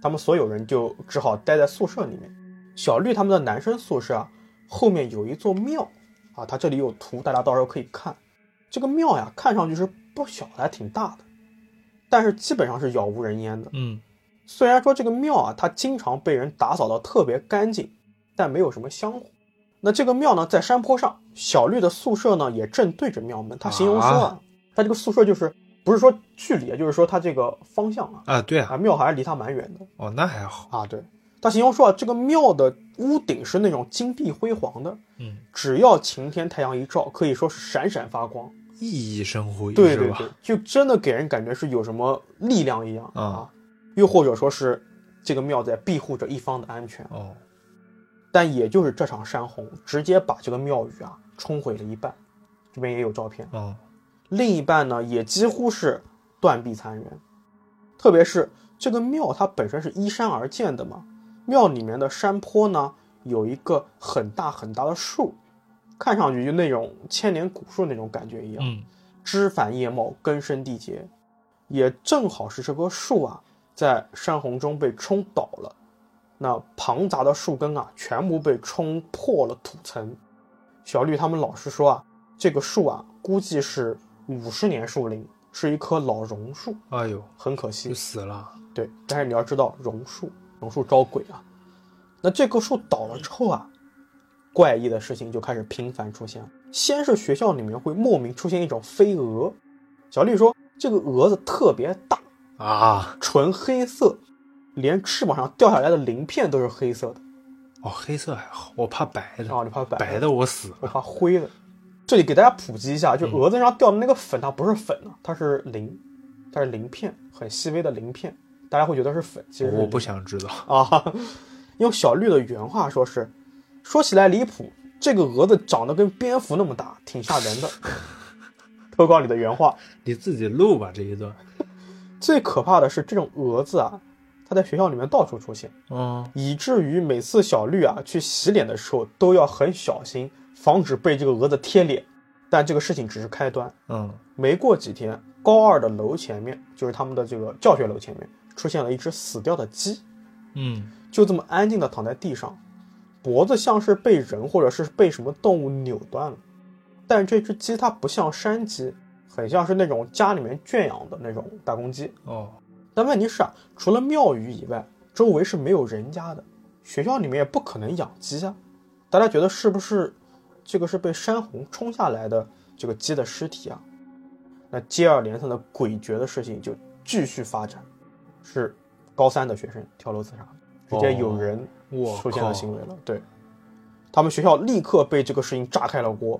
Speaker 1: 他们所有人就只好待在宿舍里面。小绿他们的男生宿舍啊，后面有一座庙啊，它这里有图，大家到时候可以看。这个庙呀，看上去是不小，还挺大的，但是基本上是杳无人烟的。
Speaker 2: 嗯，
Speaker 1: 虽然说这个庙啊，它经常被人打扫到特别干净，但没有什么香火。那这个庙呢，在山坡上，小绿的宿舍呢也正对着庙门。他形容说啊，他这个宿舍就是不是说距离，就是说他这个方向啊，
Speaker 2: 啊，对啊，
Speaker 1: 啊庙还是离他蛮远的
Speaker 2: 哦，那还好，
Speaker 1: 啊。对，他形容说啊，这个庙的屋顶是那种金碧辉煌的，
Speaker 2: 嗯，
Speaker 1: 只要晴天太阳一照，可以说是闪闪发光。
Speaker 2: 熠熠生辉，
Speaker 1: 对
Speaker 2: 是
Speaker 1: 对
Speaker 2: 吧
Speaker 1: 对？，就真的给人感觉是有什么力量一样、
Speaker 2: 啊
Speaker 1: 啊，又或者说是这个庙在庇护着一方的安全。
Speaker 2: 哦，
Speaker 1: 但也就是这场山洪，直接把这个庙宇啊冲毁了一半，这边也有照片，
Speaker 2: 哦，
Speaker 1: 另一半呢也几乎是断壁残垣。特别是这个庙它本身是依山而建的嘛，庙里面的山坡呢有一个很大很大的树，看上去就那种千年古树那种感觉一样，
Speaker 2: 嗯，
Speaker 1: 枝繁叶茂，根深蒂结。也正好是这棵树啊，在山洪中被冲倒了，那庞杂的树根啊，全部被冲破了土层。小绿他们老师说啊，这个树啊，估计是五十年树龄，是一棵老榕树，
Speaker 2: 哎呦，
Speaker 1: 很可
Speaker 2: 就
Speaker 1: 惜。
Speaker 2: 死了，
Speaker 1: 对，但是你要知道，榕树，榕树招鬼啊。那这棵树倒了之后啊，怪异的事情就开始频繁出现了。先是学校里面会莫名出现一种飞蛾，小绿说这个蛾子特别大，
Speaker 2: 啊，
Speaker 1: 纯黑色，连翅膀上掉下来的鳞片都是黑色的。
Speaker 2: 哦，黑色还好，我怕白
Speaker 1: 然
Speaker 2: 的，
Speaker 1: 后你怕白，
Speaker 2: 哦白的我死
Speaker 1: 我
Speaker 2: 了，
Speaker 1: 怕灰的。这里给大家普及一下，
Speaker 2: 嗯
Speaker 1: 就蛾子上掉的那个粉，它不是粉啊，它是鳞，它是鳞片，很细微的鳞片。大家会觉得是粉，其实是
Speaker 2: 我
Speaker 1: 鳞
Speaker 2: 不想知道，
Speaker 1: 啊， 用小绿的原话说是，说起来离谱，这个蛾子长得跟蝙蝠那么大，挺吓人的。 投稿里的原话，
Speaker 2: 你自己录吧这一段，
Speaker 1: 最可怕的是这种蛾子啊，它在学校里面到处出现，
Speaker 2: 嗯，
Speaker 1: 以至于每次小绿啊去洗脸的时候都要很小心，防止被这个蛾子贴脸。但这个事情只是开端，
Speaker 2: 嗯，
Speaker 1: 没过几天，高二的楼前面，就是他们的这个教学楼前面，出现了一只死掉的鸡。
Speaker 2: 嗯，
Speaker 1: 就这么安静的躺在地上，脖子像是被人或者是被什么动物扭断了。但这只鸡它不像山鸡，很像是那种家里面圈养的那种大公鸡。
Speaker 2: 哦，
Speaker 1: 但问题是啊，除了庙宇以外，周围是没有人家的，学校里面也不可能养鸡啊。大家觉得是不是这个是被山洪冲下来的这个鸡的尸体啊？那接二连三的诡谲的事情就继续发展，是高三的学生跳楼自杀，直接有人
Speaker 2: 我
Speaker 1: 出现
Speaker 2: 靠
Speaker 1: 了，行为了。对，他们学校立刻被这个事情炸开了锅，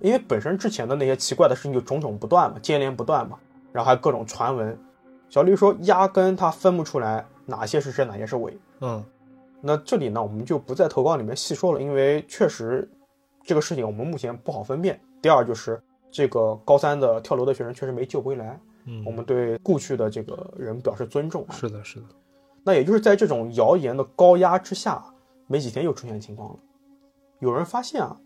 Speaker 1: 因为本身之前的那些奇怪的事情就种种不断嘛，接连不断嘛，然后还各种传闻。小绿说，压根他分不出来哪些是真，哪些是伪。
Speaker 2: 嗯，
Speaker 1: 那这里呢，我们就不在投稿里面细说了，因为确实这个事情我们目前不好分辨。第二就是这个高三的跳楼的学生确实没救回来，
Speaker 2: 嗯，
Speaker 1: 我们对故去的这个人表示尊重啊。
Speaker 2: 是的，是的，
Speaker 1: 那也就是在这种谣言的高压之下，没几天又出现情况了。有人发现啊，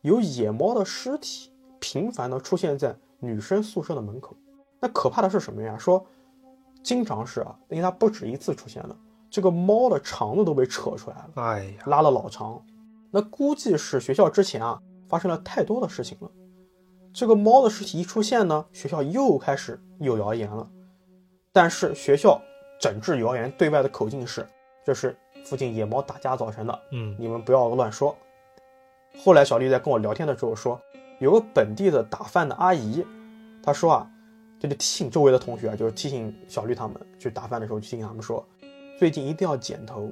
Speaker 1: 有野猫的尸体频繁的出现在女生宿舍的门口。那可怕的是什么呀？说经常是啊，因为它不止一次出现了，这个猫的肠子都被扯出来了，
Speaker 2: 哎呀，
Speaker 1: 拉了老长。那估计是学校之前啊发生了太多的事情了。这个猫的尸体一出现呢，学校又开始有谣言了。但是学校整治谣言对外的口径是，这是附近野猫打架造成的，
Speaker 2: 嗯，
Speaker 1: 你们不要乱说。后来小丽在跟我聊天的时候说，有个本地的打饭的阿姨，她说啊，这就提醒周围的同学啊，就是提醒小绿他们去打饭的时候，提醒他们说，最近一定要剪头，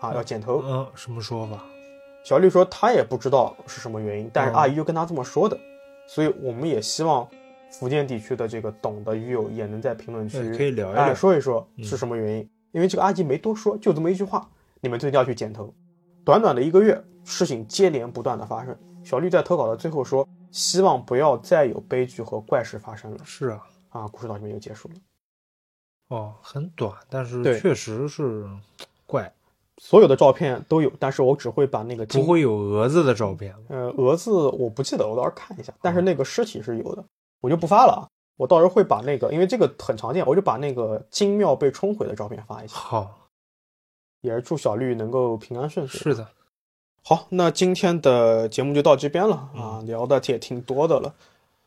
Speaker 1: 啊，要剪头。
Speaker 2: 嗯，什么说法？
Speaker 1: 小绿说她也不知道是什么原因，但
Speaker 2: 嗯
Speaker 1: 是阿姨就跟她这么说的，所以我们也希望福建地区的这个懂的鱼友也能在评论区
Speaker 2: 对，可以聊一
Speaker 1: 哎，
Speaker 2: 聊，
Speaker 1: 说一说
Speaker 2: 嗯
Speaker 1: 是什么原因？因为这个阿姨没多说，就这么一句话，你们最近要去剪头。短短的一个月，事情接连不断的发生。小绿在投稿的最后说，希望不要再有悲剧和怪事发生了
Speaker 2: 是啊，
Speaker 1: 啊！故事到这边就结束了。
Speaker 2: 哦，很短，但是
Speaker 1: 对
Speaker 2: 确实是怪，
Speaker 1: 所有的照片都有，但是我只会把那个
Speaker 2: 不
Speaker 1: 经
Speaker 2: 会有蛾子的照片
Speaker 1: 呃蛾子我不记得，我到时候看一下。但是那个尸体是有的，我就不发了啊。我到时候会把那个，因为这个很常见，我就把那个金庙被冲毁的照片发一下，
Speaker 2: 好，
Speaker 1: 也是祝小绿能够平安顺遂。
Speaker 2: 是的，
Speaker 1: 好，那今天的节目就到这边了啊，聊的也挺多的了。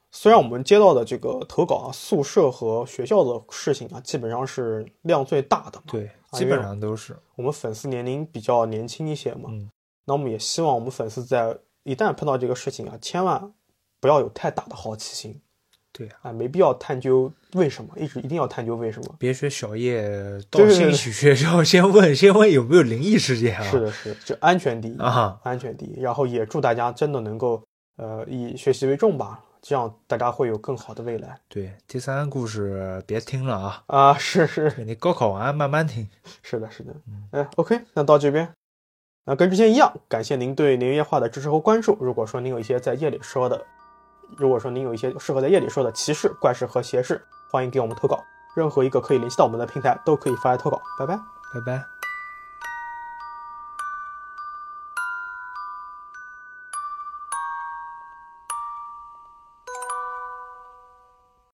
Speaker 1: 虽然我们接到的这个投稿啊，宿舍和学校的事情啊，基本上是量最大的嘛。
Speaker 2: 对，
Speaker 1: 啊
Speaker 2: 基
Speaker 1: 因为
Speaker 2: 本上都是，
Speaker 1: 我们粉丝年龄比较年轻一些嘛，
Speaker 2: 嗯
Speaker 1: 那我们也希望我们粉丝在一旦碰到这个事情啊，千万不要有太大的好奇心
Speaker 2: 对呀，
Speaker 1: 啊，没必要探究为什么，一直一定要探究为什么。
Speaker 2: 别学小叶到
Speaker 1: 对对对
Speaker 2: 新起学校 先问，先问有没有灵异事件啊？
Speaker 1: 是的，是的，就安全第一。
Speaker 2: 啊，
Speaker 1: 安全第一。然后也祝大家真的能够，呃，以学习为重吧，这样大家会有更好的未来
Speaker 2: 对，第三故事别听了啊，
Speaker 1: 啊！是是
Speaker 2: 你高考完慢慢听。
Speaker 1: 是的，是的，嗯，OK，那到这边，那跟之前一样，感谢您对年夜话的支持和关注。如果说您有一些在夜里说的，如果说您有一些适合在夜里说的歧视、怪事和邪事，欢迎给我们投稿。任何一个可以联系到我们的平台都可以发来投稿。拜拜。
Speaker 2: 拜拜。